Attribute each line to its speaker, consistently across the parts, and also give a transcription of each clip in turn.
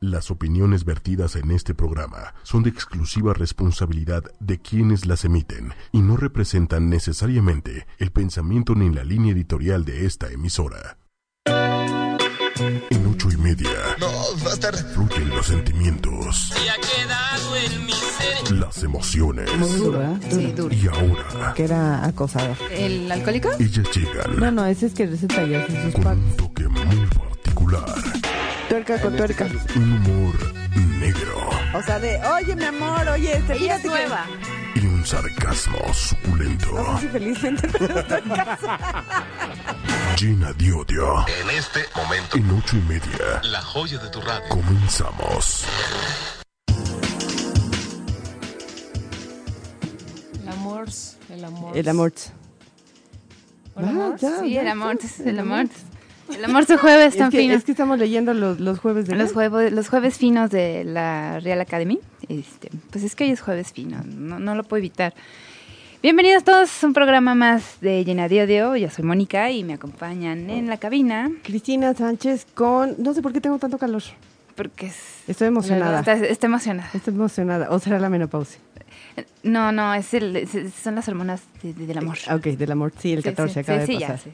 Speaker 1: Las opiniones vertidas en este programa son de exclusiva responsabilidad de quienes las emiten y no representan necesariamente el pensamiento ni la línea editorial de esta emisora. En ocho y media
Speaker 2: No, Buster.
Speaker 1: fluyen los sentimientos,
Speaker 3: Ya quedado en mi ser.
Speaker 1: las emociones.
Speaker 4: Muy duro, ¿eh?
Speaker 5: Sí, duro.
Speaker 1: Y ahora,
Speaker 4: Que era acosador.
Speaker 5: ¿El alcohólico?
Speaker 1: ellas
Speaker 4: No,
Speaker 1: llegan
Speaker 4: no, ese es que se talló así sus
Speaker 1: con un
Speaker 4: patas.
Speaker 1: toque muy particular,
Speaker 4: Tuerca con tuerca.
Speaker 5: Este
Speaker 1: un humor negro
Speaker 4: O sea, de, oye, mi amor, oye, este,
Speaker 5: Ella es
Speaker 4: fíjate que...
Speaker 5: nueva.
Speaker 1: y un sarcasmo suculento.
Speaker 4: No sé si felizmente, pero estoy en casa.
Speaker 1: Gina Diodio.
Speaker 2: En este momento,
Speaker 1: En ocho y media
Speaker 2: la joya de tu radio.
Speaker 1: comenzamos.
Speaker 6: El amor, el amor.
Speaker 4: El amor.
Speaker 6: ¿El
Speaker 5: Sí, el amor,
Speaker 6: amor?
Speaker 4: ya.
Speaker 5: el amor. El amor su jueves
Speaker 4: Es
Speaker 5: tan
Speaker 4: que,
Speaker 5: fino.
Speaker 4: es que estamos leyendo los, los jueves de...
Speaker 5: Los jueves, los jueves finos de la Real Academy. Este, pues es que hoy es jueves fino, no, no lo puedo evitar. Bienvenidos todos a un programa más de Llena de Odio. Yo soy Mónica y me acompañan en la cabina
Speaker 4: Cristina Sánchez con... No sé por qué tengo tanto calor.
Speaker 5: porque es-
Speaker 4: Estoy emocionada.
Speaker 5: está, está emocionada.
Speaker 4: Estoy emocionada. O será la menopausia.
Speaker 5: No, no, es el- es- son las hormonas de- de- del amor.
Speaker 4: Ah, Ok, del amor. Sí, el
Speaker 5: Sí,
Speaker 4: 14
Speaker 5: sí,
Speaker 4: acaba
Speaker 5: sí,
Speaker 4: de
Speaker 5: sí, ya,
Speaker 4: pasar.
Speaker 5: sí.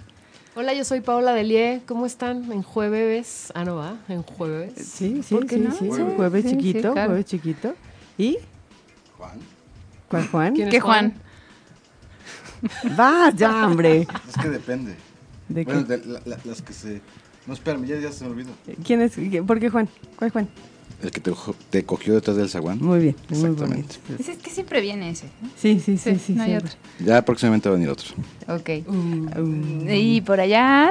Speaker 6: Hola, yo soy Paola Delie. ¿Cómo están? En jueves. Ah, no va. En jueves.
Speaker 4: Eh, Sí, sí,
Speaker 5: ¿Por qué
Speaker 4: sí,
Speaker 5: no?
Speaker 4: sí.
Speaker 5: Sí,
Speaker 4: Jueves
Speaker 5: sí,
Speaker 4: chiquito,
Speaker 5: sí, claro.
Speaker 4: jueves chiquito. ¿Y? Juan. ¿Cuál
Speaker 6: ¿Quién
Speaker 4: Juan?
Speaker 6: es
Speaker 5: Que Juan,
Speaker 4: Va, ya, hombre.
Speaker 7: Es que depende.
Speaker 4: ¿De
Speaker 7: bueno,
Speaker 4: qué?
Speaker 7: de la- la- las que se. No, espérame, ya, ya se me olvidó.
Speaker 4: ¿Quién es? qué- ¿Por qué Juan? ¿Cuál Juan?
Speaker 7: El que te, cogió detrás del zaguán.
Speaker 4: Muy bien, muy bonito.
Speaker 7: Exactamente.
Speaker 5: Pues es que siempre viene ese. ¿no?
Speaker 4: Sí, sí, sí, sí.
Speaker 5: no hay
Speaker 4: siempre.
Speaker 5: otro.
Speaker 7: Ya próximamente va a venir otro.
Speaker 5: Ok.
Speaker 4: Uh,
Speaker 5: Y por allá.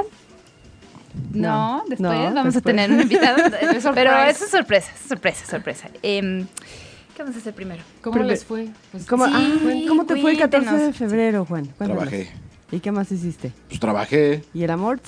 Speaker 4: No,
Speaker 5: No, después
Speaker 4: no,
Speaker 5: vamos
Speaker 4: después.
Speaker 5: a tener un invitado. pero
Speaker 6: sorpresa.
Speaker 5: eso es sorpresa, sorpresa, sorpresa. Em, ¿Qué vamos a hacer primero?
Speaker 6: ¿Cómo
Speaker 4: Primer-
Speaker 6: les fue? Pues,
Speaker 4: ¿Cómo,
Speaker 5: Sí,
Speaker 4: ah, Juan, ¿cómo te fue el 14 de
Speaker 5: cuéntenos.
Speaker 4: febrero, Juan? Cuéntanos.
Speaker 7: Trabajé.
Speaker 4: ¿Y qué más hiciste?
Speaker 7: Pues trabajé.
Speaker 4: ¿Y el amor?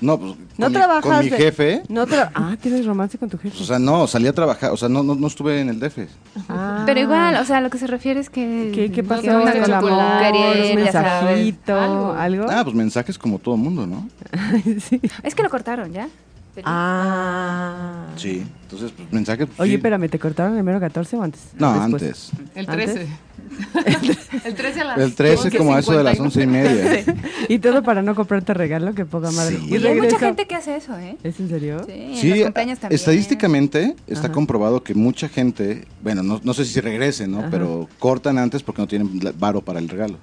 Speaker 7: No, pues.
Speaker 4: No
Speaker 7: con mi-
Speaker 4: trabajas.
Speaker 7: Con mi
Speaker 4: de-
Speaker 7: jefe.
Speaker 4: No tra- ah, tienes romance con tu
Speaker 7: pues, o
Speaker 4: jefe.
Speaker 7: sea, no, salí a trabajar. O sea, no, no, no estuve en el DF.
Speaker 4: Ah.
Speaker 5: Pero igual, o sea, lo que se refiere es que.
Speaker 4: ¿Qué, qué pasó
Speaker 6: no,
Speaker 4: con
Speaker 6: no,
Speaker 4: el amor?
Speaker 5: chocolate,
Speaker 4: ¿Un
Speaker 5: ya sabes,
Speaker 4: mensajito?
Speaker 6: algo.
Speaker 4: ¿Algo?
Speaker 7: Ah, pues mensajes como todo mundo, ¿no?
Speaker 4: Ah. sí.
Speaker 5: Es que lo cortaron ya. Pero-
Speaker 4: Ah.
Speaker 7: Sí. Entonces, pues mensajes. pues,
Speaker 4: Oye,
Speaker 7: sí.
Speaker 4: espérame, ¿te cortaron el mero 14 o antes?
Speaker 7: No,
Speaker 4: Después.
Speaker 7: antes.
Speaker 6: El
Speaker 4: ¿Antes?
Speaker 6: 13. el 13 a las
Speaker 7: El 13, como a eso de las 11 y
Speaker 6: 11:51.
Speaker 7: media.
Speaker 4: Y todo para no comprarte regalo, que poca madre. Pues
Speaker 7: Sí.
Speaker 5: y hay
Speaker 4: regreso-
Speaker 5: mucha gente que hace eso, ¿eh?
Speaker 4: ¿Es en serio?
Speaker 5: Sí, en los
Speaker 7: Sí,
Speaker 5: cumpleaños también.
Speaker 7: estadísticamente está
Speaker 4: Ajá.
Speaker 7: comprobado que mucha gente, bueno, no, no sé si regrese, ¿no?
Speaker 4: Ajá.
Speaker 7: Pero cortan antes porque no tienen la- varo para el regalo,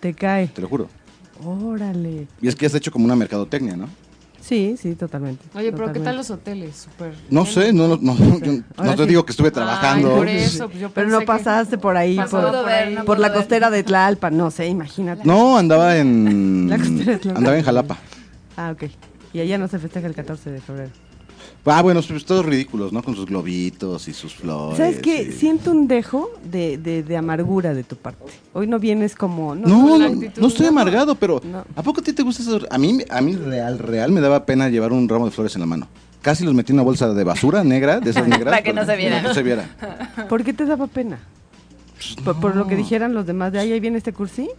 Speaker 4: Te cae.
Speaker 7: te lo juro.
Speaker 4: Órale.
Speaker 7: Y es que has hecho como una mercadotecnia, ¿no?
Speaker 4: Sí, sí, totalmente.
Speaker 6: Oye, pero ¿qué
Speaker 4: totalmente.
Speaker 6: tal los hoteles? Súper
Speaker 7: No
Speaker 6: bien.
Speaker 7: sé, no, no, no, yo
Speaker 4: Ahora
Speaker 7: no te
Speaker 4: sí.
Speaker 7: digo que estuve trabajando.
Speaker 6: Ay, por eso, pues yo
Speaker 4: Pero
Speaker 6: pensé
Speaker 4: no
Speaker 6: que-
Speaker 4: pasaste por ahí,
Speaker 6: Pasó
Speaker 4: por,
Speaker 6: por ahí.
Speaker 4: por la costera de Tlalpan, no sé, imagínate.
Speaker 7: No, andaba en
Speaker 4: La costera es loca.
Speaker 7: andaba en Jalapa.
Speaker 4: Ah, ok. Y allá no se festeja el 14 de febrero.
Speaker 7: Ah, bueno, pues todos ridículos, ¿no? Con sus globitos y sus flores.
Speaker 4: ¿Sabes qué?
Speaker 7: y-
Speaker 4: Siento un dejo de, de- de amargura de tu parte. Hoy no vienes como... No,
Speaker 7: No,
Speaker 6: la
Speaker 7: no,
Speaker 6: actitud,
Speaker 7: no estoy
Speaker 6: ¿no?
Speaker 7: amargado, pero
Speaker 4: No.
Speaker 7: ¿a poco a ti te gusta eso? A mí, a mí real, real me daba pena llevar un ramo de flores en la mano. Casi los metí en una bolsa de basura negra, de esas negras.
Speaker 5: Para que no se viera.
Speaker 7: Para que no Pues se viera.
Speaker 4: ¿Por qué te daba pena? Por, por lo que dijeran los demás de, ay, ahí viene este cursi.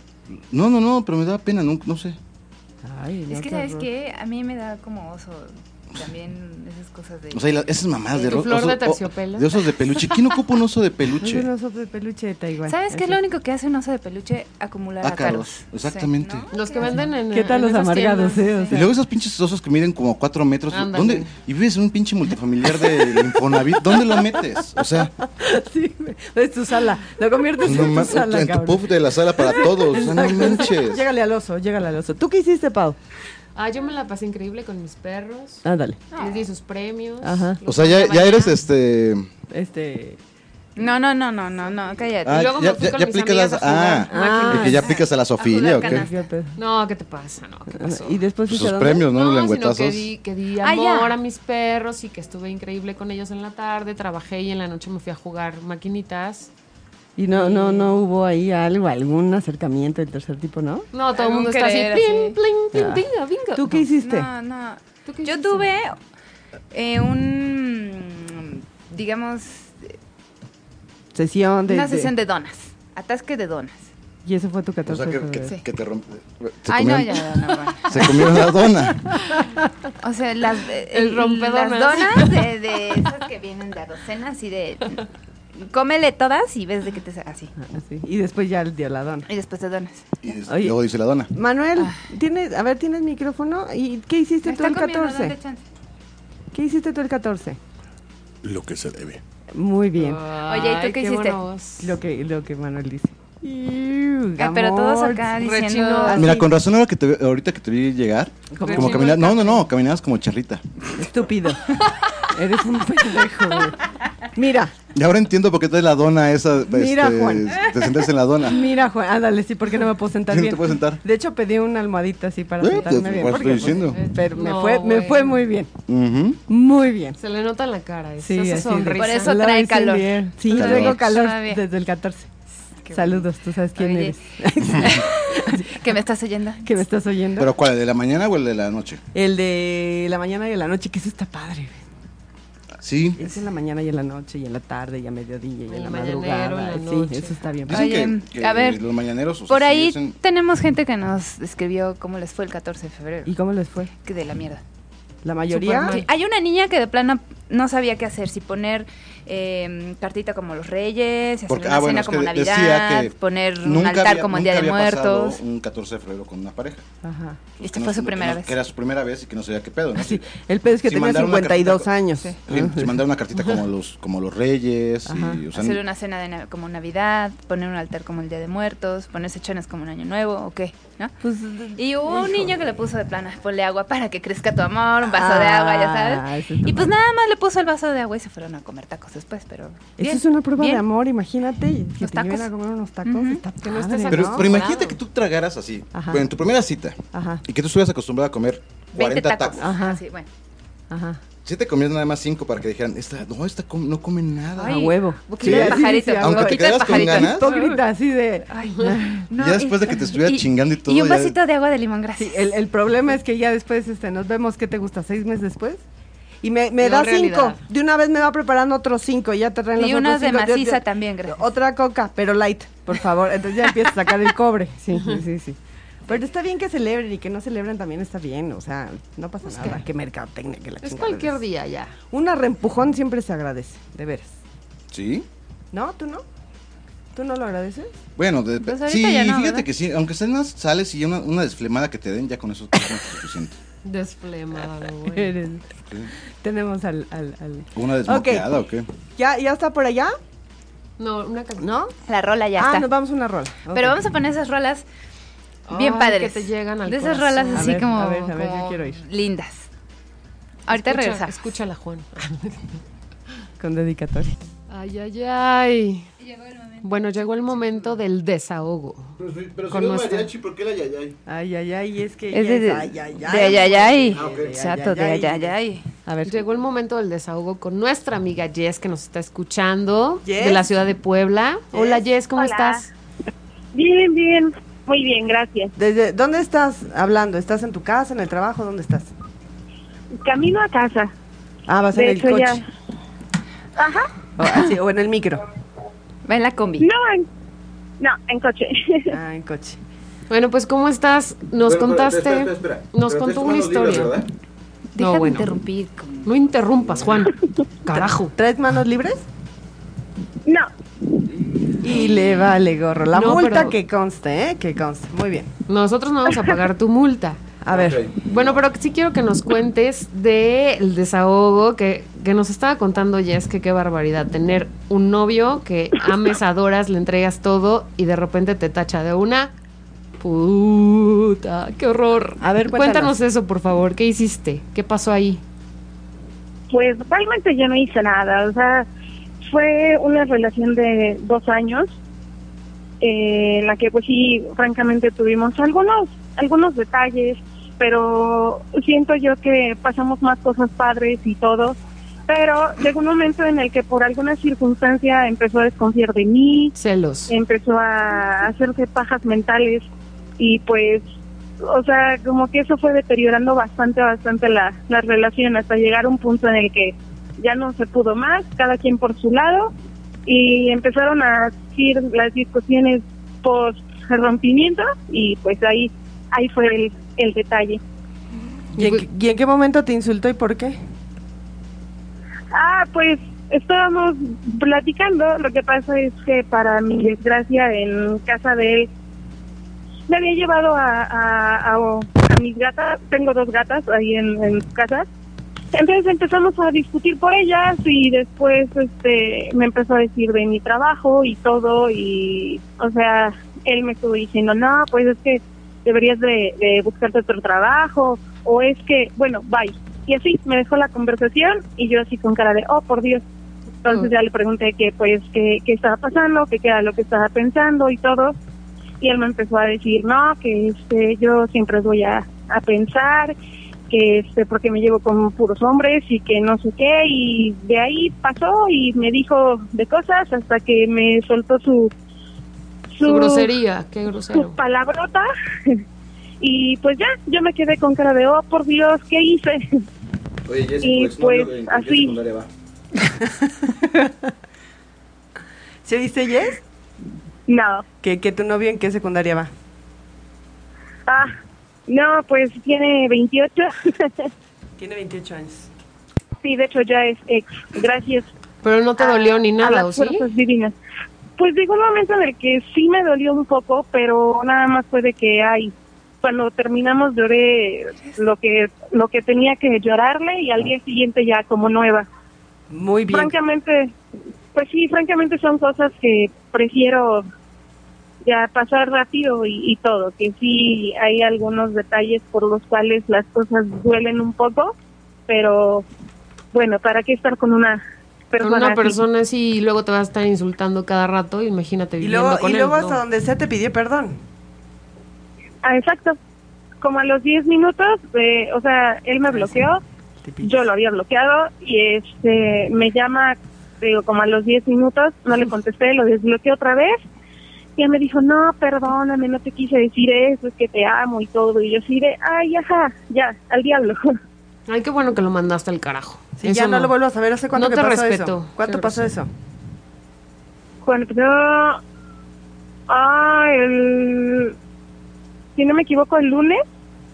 Speaker 7: No, no, no, pero me daba pena, no, no sé.
Speaker 4: Ay, no,
Speaker 5: Es que,
Speaker 4: qué
Speaker 5: ¿sabes
Speaker 4: horror.
Speaker 5: qué? A mí me da como oso también esas cosas de.
Speaker 7: O sea, y la- esas mamás
Speaker 6: ¿Y
Speaker 7: de
Speaker 6: tu
Speaker 7: ro-
Speaker 6: flor de
Speaker 7: oso- o-
Speaker 6: terciopelo?
Speaker 7: de osos de peluche. ¿Quién ocupa un oso de
Speaker 4: Es
Speaker 7: peluche?
Speaker 4: un oso de peluche de Taiwán.
Speaker 5: ¿Sabes qué es
Speaker 4: Así.
Speaker 5: lo único que hace un oso de peluche?
Speaker 4: Ah,
Speaker 5: Acumular ácaros.
Speaker 7: Ácaros, exactamente.
Speaker 5: Sí, ¿no?
Speaker 6: Los que venden en.
Speaker 4: ¿Qué tal
Speaker 6: en
Speaker 4: los
Speaker 6: esas
Speaker 4: amargados,
Speaker 6: tiendas?
Speaker 4: eh? O
Speaker 7: Y
Speaker 4: sea,
Speaker 7: luego esos pinches osos que miden como cuatro metros.
Speaker 6: Ándale.
Speaker 7: ¿dónde, y vives en un pinche multifamiliar de Infonavit. ¿Dónde lo metes? O sea,
Speaker 4: sí, güey, es tu sala. Lo conviertes
Speaker 7: no
Speaker 4: en tu
Speaker 7: ma-
Speaker 4: sala,
Speaker 7: en tu
Speaker 4: cabrón.
Speaker 7: puff de la sala para todos. O sea, no manches.
Speaker 4: Llégale al oso, llégale al oso. ¿Tú qué hiciste, Pau?
Speaker 6: Ah, yo me la pasé increíble con mis perros.
Speaker 4: Ándale.
Speaker 6: Les di sus premios.
Speaker 4: Ah. Ajá.
Speaker 6: los
Speaker 7: O sea, ya,
Speaker 6: mandé a
Speaker 7: ya
Speaker 6: bañar.
Speaker 7: eres este.
Speaker 4: Este.
Speaker 5: No, no, no, no, no, no, cállate.
Speaker 7: Ah,
Speaker 6: luego me
Speaker 7: ya,
Speaker 6: fui
Speaker 7: ya-
Speaker 6: con
Speaker 7: ya
Speaker 6: mis
Speaker 7: aplicas
Speaker 6: amigas
Speaker 7: las.
Speaker 6: a jugar
Speaker 7: Ah,
Speaker 4: máquinas.
Speaker 7: de que ya aplicas a la Sofía,
Speaker 5: jugar
Speaker 7: ¿o qué?
Speaker 5: canas.
Speaker 4: ¿Qué pedo?
Speaker 6: No, ¿qué te pasa? No, ¿qué pasó?
Speaker 4: Ah, ¿Y después
Speaker 7: Pues
Speaker 4: fuiste a
Speaker 7: sus
Speaker 4: dónde?
Speaker 7: premios, ¿no? Los
Speaker 6: sino que
Speaker 7: lengüetazos.
Speaker 6: di, que di
Speaker 5: Ah, ya.
Speaker 6: amor a mis perros y que estuve increíble con ellos en la tarde. Trabajé y en la noche me fui a jugar maquinitas.
Speaker 4: Y no, no, no hubo ahí algo, algún acercamiento del tercer tipo, ¿no?
Speaker 6: No, todo el
Speaker 5: Algún
Speaker 6: mundo está así.
Speaker 5: querer,
Speaker 6: Plim,
Speaker 5: así.
Speaker 6: plim, plim,
Speaker 4: Ah.
Speaker 6: bingo, bingo.
Speaker 4: ¿Tú qué hiciste?
Speaker 5: No, no.
Speaker 6: ¿Tú qué
Speaker 5: Yo
Speaker 6: hiciste?
Speaker 5: tuve eh, un, digamos,
Speaker 4: Sesión de.
Speaker 5: una
Speaker 4: de-
Speaker 5: sesión de donas, atasque de donas.
Speaker 4: Y ese fue tu
Speaker 7: O
Speaker 4: 14
Speaker 7: sea,
Speaker 4: de
Speaker 7: que,
Speaker 4: febrero.
Speaker 7: que- que te rompe. Se
Speaker 5: Ay, no,
Speaker 7: comieron,
Speaker 5: ya, ya, no, bueno.
Speaker 7: Se comieron la dona.
Speaker 5: O sea, las, eh,
Speaker 6: El rompedonas.
Speaker 5: las donas de, de esas que vienen de a docenas y de... Cómele todas y ves de qué te sa- así.
Speaker 4: Ah, sí. Y después ya el día la dona.
Speaker 5: Y después te
Speaker 4: Este
Speaker 5: donas.
Speaker 7: Y des-
Speaker 4: Oye.
Speaker 7: luego dice la dona.
Speaker 4: Manuel, tienes, a ver, ¿tienes micrófono? ¿Y qué hiciste
Speaker 5: Ah. Me
Speaker 4: tú
Speaker 5: está
Speaker 4: el
Speaker 5: comiendo, dale
Speaker 4: 14?
Speaker 5: chance.
Speaker 4: ¿Qué hiciste tú el 14?
Speaker 1: Lo que se debe.
Speaker 4: Muy bien.
Speaker 6: Oye,
Speaker 5: ¿y tú qué hiciste?
Speaker 4: Lo que, lo que Manuel dice.
Speaker 5: Ah, pero todos acá
Speaker 6: Gamot,
Speaker 5: diciendo...
Speaker 6: rechino.
Speaker 5: así.
Speaker 7: Mira, con razón ahora que te, ve- ahorita que te vi llegar,
Speaker 4: Como
Speaker 7: como
Speaker 6: Rechino
Speaker 7: caminabas.
Speaker 6: el
Speaker 7: No, no, no, caminabas como charrita.
Speaker 4: Estúpido. Eres un pendejo. güey. Mira,
Speaker 7: Y ahora entiendo por qué traes la dona esa. este,
Speaker 4: Mira, Juan.
Speaker 7: Te sentas en la dona.
Speaker 4: mira, Juan. Ándale, sí, porque no me puedo sentar
Speaker 7: Sí, no
Speaker 4: bien.
Speaker 7: te puedes sentar.
Speaker 4: De hecho, pedí una almohadita así para
Speaker 7: Eh,
Speaker 4: sentarme
Speaker 7: pues,
Speaker 4: bien.
Speaker 7: ¿cuál
Speaker 4: porque,
Speaker 7: estoy
Speaker 4: pues,
Speaker 7: diciendo?
Speaker 4: pero me,
Speaker 6: No,
Speaker 4: fue, me
Speaker 6: güey.
Speaker 4: fue muy bien.
Speaker 7: Ujú.
Speaker 4: Muy bien.
Speaker 6: Se le nota en la cara.
Speaker 4: Sí,
Speaker 6: Sí,
Speaker 4: así
Speaker 6: esa
Speaker 4: de-
Speaker 6: sonrisa.
Speaker 5: Por eso
Speaker 4: Lo
Speaker 5: trae
Speaker 4: hice
Speaker 5: calor.
Speaker 4: bien. Sí,
Speaker 5: Calor.
Speaker 4: traigo calor
Speaker 5: Suave.
Speaker 4: desde el 14.
Speaker 5: Qué
Speaker 4: Saludos, tú sabes quién
Speaker 5: Oye.
Speaker 4: eres.
Speaker 5: ¿Que me estás oyendo?
Speaker 4: que me estás oyendo.
Speaker 7: Pero ¿cuál? ¿El de la mañana o el de la noche?
Speaker 4: el de la mañana y de la noche, que eso está padre. güey.
Speaker 7: Sí.
Speaker 4: Es en la mañana y en la noche, y en la tarde, y a mediodía, y en
Speaker 6: El
Speaker 4: la
Speaker 6: mañanero,
Speaker 4: madrugada.
Speaker 6: en la
Speaker 4: Sí,
Speaker 6: noche.
Speaker 4: eso está bien.
Speaker 7: Dicen
Speaker 5: Oye,
Speaker 7: que, que
Speaker 5: a ver,
Speaker 7: los mañaneros. o sea,
Speaker 5: Por
Speaker 7: sí
Speaker 5: ahí
Speaker 7: hacen-
Speaker 5: tenemos gente que nos escribió cómo les fue el 14 de febrero.
Speaker 4: ¿Y cómo les fue?
Speaker 5: Que de la mierda.
Speaker 4: ¿La mayoría?
Speaker 6: Superman.
Speaker 5: Sí, Hay una niña que de plano no sabía qué hacer, si poner eh, cartita como los reyes, si hacer
Speaker 7: Porque-
Speaker 5: una
Speaker 7: ah, bueno,
Speaker 5: cena
Speaker 7: es
Speaker 5: como
Speaker 7: que de-
Speaker 5: Navidad,
Speaker 7: decía que
Speaker 5: poner un
Speaker 7: nunca
Speaker 5: altar
Speaker 7: había-
Speaker 5: como el
Speaker 7: nunca
Speaker 5: Día de
Speaker 7: había pasado
Speaker 5: Muertos.
Speaker 7: Un 14 de febrero con una pareja.
Speaker 4: Ajá.
Speaker 7: Pues
Speaker 5: Esta
Speaker 7: que
Speaker 5: fue su
Speaker 7: que
Speaker 5: primera vez.
Speaker 7: Que era su primera vez y que no sabía qué pedo, ¿no?
Speaker 4: Sí,
Speaker 7: Sí.
Speaker 4: el pedo es que
Speaker 7: Sí,
Speaker 4: tenía
Speaker 7: mandaron una
Speaker 4: 52
Speaker 7: cartita.
Speaker 4: años.
Speaker 7: Se mandaron una cartita como los, como los reyes.
Speaker 4: Ajá.
Speaker 7: Y, o sea,
Speaker 5: hacer una cena de na- como Navidad, poner un altar como el Día de Muertos, ponerse chones como un Año Nuevo, o qué, ¿no?
Speaker 4: Pues,
Speaker 5: Y hubo un niño que le puso de plano, ponle agua para que crezca tu amor, un vaso de
Speaker 4: Ah,
Speaker 5: agua, ya sabes.
Speaker 4: ese es tu
Speaker 5: Y pues
Speaker 4: amor.
Speaker 5: nada más le puso el vaso de agua y se fueron a comer tacos después, pero... bien,
Speaker 4: Eso es una prueba
Speaker 5: bien.
Speaker 4: de amor, imagínate. y Que
Speaker 5: Los
Speaker 4: te lleven
Speaker 5: tacos.
Speaker 4: a comer unos tacos.
Speaker 5: Ujú. Ah,
Speaker 4: Está este
Speaker 6: no
Speaker 4: padre,
Speaker 6: estés
Speaker 7: Pero,
Speaker 6: ¿no?
Speaker 7: pero imagínate
Speaker 6: Morado.
Speaker 7: que tú tragaras así,
Speaker 4: Ajá.
Speaker 7: bueno, en tu primera cita,
Speaker 4: Ajá,
Speaker 7: y que tú estuvieras acostumbrado a comer
Speaker 5: 20
Speaker 7: 40
Speaker 5: tacos. Ah.
Speaker 7: tacos.
Speaker 4: Ajá.
Speaker 5: Así, bueno.
Speaker 4: ajá.
Speaker 7: Si te comías nada más 5 para que dijeran, esta, no, esta com- no come nada.
Speaker 4: Ay, huevo.
Speaker 5: Boquita
Speaker 7: Sí,
Speaker 5: de
Speaker 7: sí,
Speaker 5: pajarito.
Speaker 4: sí,
Speaker 7: aunque te
Speaker 5: boquita de
Speaker 7: quedas con
Speaker 5: pajarito.
Speaker 7: ganas.
Speaker 4: Todo grita así de...
Speaker 5: Ay,
Speaker 7: Ya después de que te estuviera chingando y todo,
Speaker 5: Y un
Speaker 7: ya-
Speaker 5: vasito de agua de limón, gracias.
Speaker 4: Sí, el, el problema es que ya después este, nos vemos, ¿qué te gusta? ¿Seis meses después? Y me, me
Speaker 6: No,
Speaker 4: da
Speaker 6: realidad.
Speaker 4: cinco. De una vez me va preparando otros cinco. Y ya te traen los
Speaker 5: Y unos
Speaker 4: otros
Speaker 5: de
Speaker 4: cinco. Yo- yo-
Speaker 5: maciza también, gracias.
Speaker 4: Otra coca, pero light, por favor. Entonces ya empieza a sacar el cobre. Sí, sí, sí, sí. Pero está bien que celebren y que no celebren también está bien. O sea, no pasa
Speaker 5: Pues
Speaker 4: nada. Que mercadotecnia, que la
Speaker 6: Es
Speaker 4: chingada.
Speaker 6: cualquier día ya.
Speaker 4: Una reempujón siempre se agradece, de veras.
Speaker 7: Sí.
Speaker 4: ¿No? ¿Tú no? ¿Tú no lo agradeces?
Speaker 7: Bueno, de-
Speaker 5: Pues ahorita
Speaker 7: sí,
Speaker 5: ya no,
Speaker 7: fíjate
Speaker 5: ¿verdad?
Speaker 7: que sí, aunque cenas, sales y una, una desflemada que te den, ya con eso es suficiente.
Speaker 6: Desflemada, güey.
Speaker 4: Eres- Tenemos al... al, al-
Speaker 7: ¿Una desmoqueada
Speaker 4: Ok.
Speaker 7: o qué?
Speaker 4: ¿Ya, ¿Ya está por allá?
Speaker 6: No, una canción.
Speaker 4: ¿No?
Speaker 5: La rola ya
Speaker 4: ah,
Speaker 5: está.
Speaker 4: nos vamos a una rola. Ok.
Speaker 5: Pero vamos a poner esas rolas bien
Speaker 6: Ay,
Speaker 5: padres.
Speaker 6: que te llegan al
Speaker 5: De esas
Speaker 6: corazón.
Speaker 5: rolas
Speaker 4: A
Speaker 5: así
Speaker 4: ver,
Speaker 5: como,
Speaker 4: a ver, a ver, yo
Speaker 5: como
Speaker 4: quiero ir.
Speaker 5: lindas. Ahorita
Speaker 6: Escucha-
Speaker 5: regresamos.
Speaker 6: Escúchala, Juan.
Speaker 4: Con dedicatoria.
Speaker 6: Ay, ay, ay. Bueno, llegó el momento del desahogo. Con nuestra-
Speaker 7: ¿por qué la yayay?
Speaker 4: Ay, ay, ay, es que.
Speaker 5: Es de, de
Speaker 4: ya
Speaker 5: ay, ay, ay.
Speaker 7: Ah, ok.
Speaker 5: Exacto, de ay, ay, ay.
Speaker 4: A ver.
Speaker 6: Llegó el momento del desahogo con nuestra amiga Jess, que nos está escuchando
Speaker 4: Jess.
Speaker 6: de la ciudad de Puebla. Hola, Jess, ¿cómo estás?
Speaker 8: Bien, bien, muy bien, gracias.
Speaker 4: Desde, ¿Dónde estás hablando? ¿Estás en tu casa, en el trabajo? ¿Dónde estás?
Speaker 8: Camino a casa.
Speaker 4: Ah, vas
Speaker 8: De
Speaker 4: en el
Speaker 8: hecho,
Speaker 4: coche.
Speaker 8: ya. Ajá.
Speaker 4: O, así, o en el micro.
Speaker 5: Va en la combi.
Speaker 8: No, en, no, en coche.
Speaker 4: Ah, en coche.
Speaker 6: Bueno, pues, ¿cómo estás? Nos contaste. Nos contó una historia.
Speaker 5: Deja de
Speaker 6: bueno.
Speaker 5: interrumpir. con-
Speaker 6: no interrumpas, Juan. Carajo.
Speaker 4: ¿Tres manos libres?
Speaker 8: No,
Speaker 4: Y le vale gorro. La
Speaker 6: No,
Speaker 4: multa
Speaker 6: pero-
Speaker 4: que conste, ¿eh? Que conste. Muy bien.
Speaker 6: Nosotros no vamos a pagar tu multa.
Speaker 4: A ver.
Speaker 6: Bueno, pero sí quiero que nos cuentes del desahogo que, que nos estaba contando Jess, que qué barbaridad tener un novio que ames, adoras, le entregas todo y de repente te tacha de una puta, qué horror.
Speaker 4: A ver, cuéntanos.
Speaker 6: cuéntanos eso, por favor, ¿qué hiciste? ¿Qué pasó ahí?
Speaker 8: pues realmente yo no hice nada. O sea, fue una relación de dos años eh, en la que, pues sí, francamente tuvimos algunos, algunos detalles, pero siento yo que pasamos más cosas padres y todo. Pero llegó un momento en el que por alguna circunstancia empezó a desconfiar de mí,
Speaker 6: Celos.
Speaker 8: empezó a hacerse pajas mentales y pues, o sea, como que eso fue deteriorando bastante, bastante la, la relación hasta llegar a un punto en el que ya no se pudo más, cada quien por su lado y empezaron a ir las discusiones post rompimiento y pues ahí ahí fue el, el detalle.
Speaker 4: ¿Y en, qué- y en qué momento te insultó y por qué?
Speaker 8: Ah, pues estábamos platicando. Lo que pasa es que para mi desgracia en casa de él me había llevado a, a- a- a mis gatas. Tengo dos gatas ahí en, en su casa. Entonces empezamos a discutir por ellas y después este me empezó a decir de mi trabajo y todo y o sea él me estuvo diciendo no pues es que deberías de, de buscarte otro trabajo o es que bueno bye y así me dejó la conversación y yo así con cara de oh por Dios entonces
Speaker 6: Mm.
Speaker 8: ya le pregunté que pues que, que estaba pasando que qué era lo que estaba pensando y todo y él me empezó a decir no que este yo siempre voy a, a pensar que este porque me llevo con puros hombres y que no sé qué y de ahí pasó y me dijo de cosas hasta que me soltó su
Speaker 6: Su grosería, qué grosero.
Speaker 8: su palabrota y pues ya yo me quedé con cara de oh por Dios qué hice
Speaker 7: Oye,
Speaker 8: Y,
Speaker 7: Jessy, tu exnovio,
Speaker 8: pues,
Speaker 7: ¿en qué
Speaker 8: así.
Speaker 7: secundaria va?
Speaker 4: ¿Se dice Jess?
Speaker 8: no
Speaker 4: Que, que tu novio en qué secundaria va.
Speaker 8: ah no pues tiene 28
Speaker 4: Tiene 28 años.
Speaker 8: sí de hecho ya es ex gracias
Speaker 6: Pero no
Speaker 4: Ah,
Speaker 6: te dolió ni
Speaker 8: a
Speaker 6: nada,
Speaker 8: las
Speaker 6: ¿o sí?
Speaker 8: fuerzas divinas. Pues llegó un momento en el que sí me dolió un poco, pero nada más fue de que ay, cuando terminamos lloré lo que lo que tenía que llorarle y al día siguiente ya como nueva.
Speaker 4: Muy bien.
Speaker 8: Francamente, pues sí, francamente son cosas que prefiero ya pasar rápido y, y todo, que sí hay algunos detalles por los cuales las cosas duelen un poco, pero bueno, ¿para qué estar con una
Speaker 6: Con
Speaker 8: persona?
Speaker 6: una
Speaker 8: así?
Speaker 6: persona así y luego te vas a estar insultando cada rato, imagínate
Speaker 4: Y
Speaker 6: viviendo
Speaker 4: luego,
Speaker 6: con
Speaker 4: y
Speaker 6: él.
Speaker 4: luego
Speaker 6: no.
Speaker 4: hasta donde sea te pidió perdón.
Speaker 8: Ah, exacto. Como a los 10 minutos, eh, o sea, él me bloqueó,
Speaker 4: Te pidió.
Speaker 8: yo lo había bloqueado y este me llama, digo, como a los 10 minutos, no le contesté, lo desbloqueé otra vez. Y él me dijo, no, perdóname, no te quise decir eso, es que te amo y todo. Y yo así de, ay, ajá, ya, al diablo.
Speaker 6: Ay, qué bueno que lo mandaste al carajo.
Speaker 4: Sí,
Speaker 6: Eso
Speaker 4: ya no, lo vuelvo a saber. ¿Hace cuánto
Speaker 6: No
Speaker 4: que
Speaker 6: te
Speaker 4: pasó eso?
Speaker 6: respeto.
Speaker 4: ¿Cuánto
Speaker 6: Qué
Speaker 4: pasó eso?
Speaker 8: Cuando empezó, ah, el, si no me equivoco, el lunes,